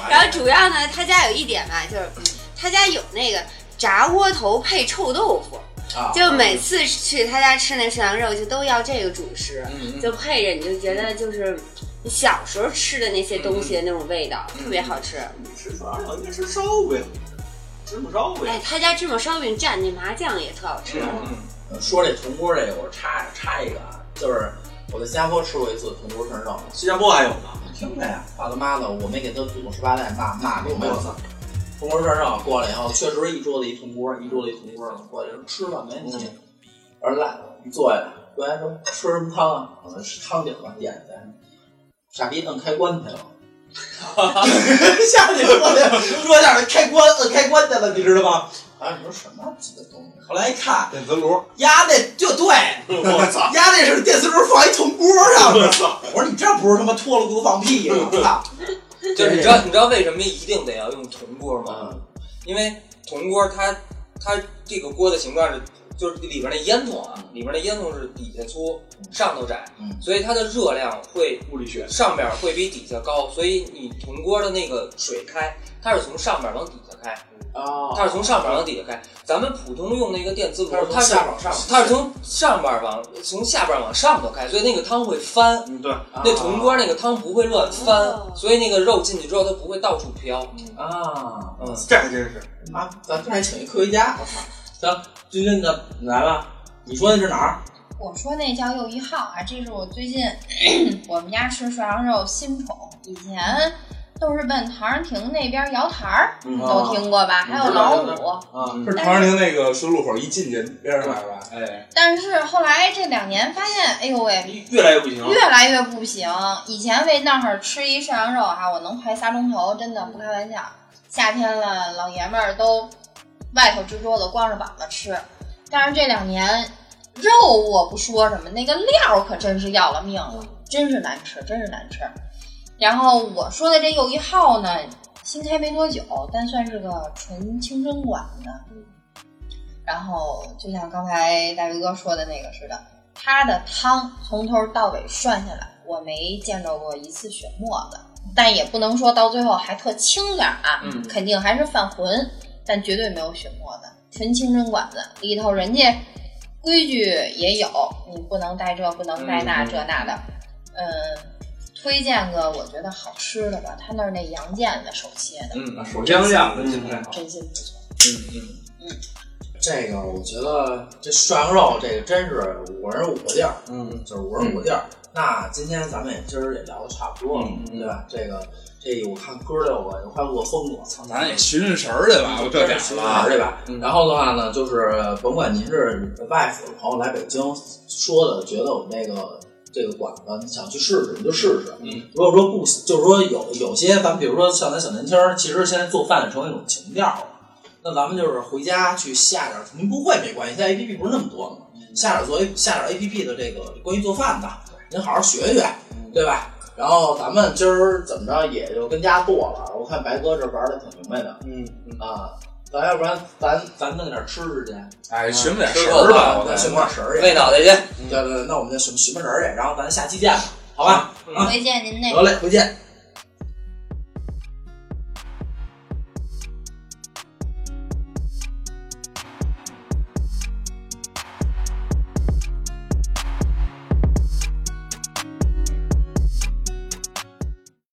Speaker 5: 然后主要呢，他家有一点吧，就是
Speaker 6: 嗯
Speaker 5: 他家有那个炸窝头配臭豆腐。
Speaker 6: 哦
Speaker 1: 啊
Speaker 5: 就
Speaker 2: 嗯
Speaker 5: 每次去他家吃那涮羊肉，就都要这个主食，
Speaker 1: 嗯
Speaker 5: 就配着，你就觉得就是你小时候吃的那些东西的那种味道，特别好吃。
Speaker 6: 你嗯吃涮羊肉应该吃烧饼，芝麻烧饼
Speaker 5: 哎，他家芝麻烧饼蘸那麻酱也特好吃。
Speaker 6: 啊
Speaker 1: 嗯说这铜锅这个，我插插一个啊，就是我在新加坡吃过一次铜锅涮肉，
Speaker 6: 新加坡还有呢。
Speaker 1: 听着呀，哎操他妈的，我没给他祖宗十八代骂骂明白了。铜锅涮肉过来以后，确实一桌子一铜锅，一桌子一铜锅的过来，人吃吧没问题。我说来，你坐下来。服务员说吃什么汤啊？我说吃汤底吧，点的。傻逼摁开关去了。 下去 说的 说点儿开关摁开关去了，你知道吗？啊，你说什么鸡巴东西？后来一看，
Speaker 2: 电磁炉，
Speaker 1: 丫那就对，
Speaker 2: 我操！
Speaker 1: 丫那是电磁炉放一铜锅上
Speaker 2: 我
Speaker 1: 的。
Speaker 2: 操！
Speaker 1: 我说你这不是他妈脱了裤子放屁吗？我操！
Speaker 3: 就是你知道你知道为什么一定得要用铜锅吗？
Speaker 1: 嗯，
Speaker 3: 因为铜锅它它这个锅的形状是，就是里边那烟囱啊，里边那烟囱是底下粗上头窄，
Speaker 1: 嗯
Speaker 3: 所以它的热量会
Speaker 6: 物理学，
Speaker 3: 上边会比底下高，所以你铜锅的那个水开，它是从上边往底下开，
Speaker 1: 哦，
Speaker 3: 它是从上边往底下开。咱们普通用那个电磁炉
Speaker 1: 它是，从
Speaker 3: 它是
Speaker 1: 下往上，
Speaker 3: 它是从上边往从下边往上头开，所以那个汤会翻。
Speaker 6: 嗯，对，
Speaker 3: 那铜锅那个汤不会乱翻，
Speaker 5: 哦
Speaker 3: 所以那个肉进去之后它不会到处飘。
Speaker 1: 啊
Speaker 3: 嗯，
Speaker 6: 这还真是。
Speaker 1: 啊，咱突然请一科学家，我操！行，君君的你来吧，你说那是哪儿？
Speaker 4: 我说那叫又一号啊，这是我最近 我们家吃涮羊肉新宠，以前都是奔陶然亭那边瑶台儿
Speaker 6: 嗯
Speaker 4: 都听过吧，还有老五。
Speaker 6: 啊，
Speaker 1: 嗯
Speaker 2: 不是唐人亭那个十字路口一进去边上那儿吧？哎，
Speaker 4: 但是后来这两年发现，哎呦喂，
Speaker 6: 越来越不行了。
Speaker 4: 越来越不行。以前为那儿吃一涮羊肉哈、我能排仨钟头，真的不开玩笑。夏天了，老爷们儿都外头支桌子光着膀子吃。但是这两年肉我不说什么，那个料可真是要了命了，真是难吃，真是难吃。然后我说的这又一号呢，新开没多久，但算是个纯清真馆的。然后就像刚才大鱼哥说的那个似的，它的汤从头到尾涮下来，我没见着过一次血沫子，但也不能说到最后还特清点儿啊，
Speaker 3: 嗯
Speaker 4: 肯定还是犯浑，但绝对没有血沫子，纯清真馆子里头人家规矩也有，你不能带这，不能带
Speaker 3: 嗯
Speaker 4: 那，这那的，嗯。推荐个我觉得好吃的吧，他那儿那羊腱子手切的，
Speaker 3: 嗯
Speaker 2: 哎
Speaker 7: 手枪样的进来，
Speaker 4: 真心不错。
Speaker 1: 这个我觉得这涮羊肉这个真是五个人五个地儿，
Speaker 6: 嗯，
Speaker 1: 就是五人五地儿。那今天咱们也今儿也聊的差不多了，
Speaker 2: 嗯
Speaker 1: 对吧？这个这我看哥儿六个也快饿疯了，操，
Speaker 2: 咱也寻寻神儿去吧，我这啊嗯点
Speaker 1: 是
Speaker 2: 儿
Speaker 1: 吧？
Speaker 2: 了。
Speaker 1: 对吧？然后的话呢，就是甭管您是外府的朋友来北京，说的觉得我们这个这个馆子你想去试试，你就试试。
Speaker 2: 嗯，
Speaker 1: 如果说不，就是说有有些咱们比如说像咱小年轻儿，其实现在做饭成一种情调了。那咱们就是回家去下点儿，您不会没关系，现在 A P P 不是那么多了吗？下点儿做下点儿 A P P 的这个关于做饭的，您好好学学，对吧？然后咱们今儿怎么着也就跟家剁了，我看白哥这玩的挺明白的，
Speaker 6: 嗯
Speaker 1: 啊，咱要不然咱咱弄点吃吃去，
Speaker 2: 哎，寻摸点
Speaker 3: 吃
Speaker 2: 神
Speaker 3: 够
Speaker 2: 儿吧，
Speaker 3: 了
Speaker 2: 我
Speaker 1: 咱寻
Speaker 2: 再
Speaker 1: 摸点食儿去。
Speaker 3: 喂脑袋去。
Speaker 1: 对对对，那我们就寻寻摸食儿去，然后咱下期见吧，好吧？啊
Speaker 4: 回见您那
Speaker 1: 得嘞，回见。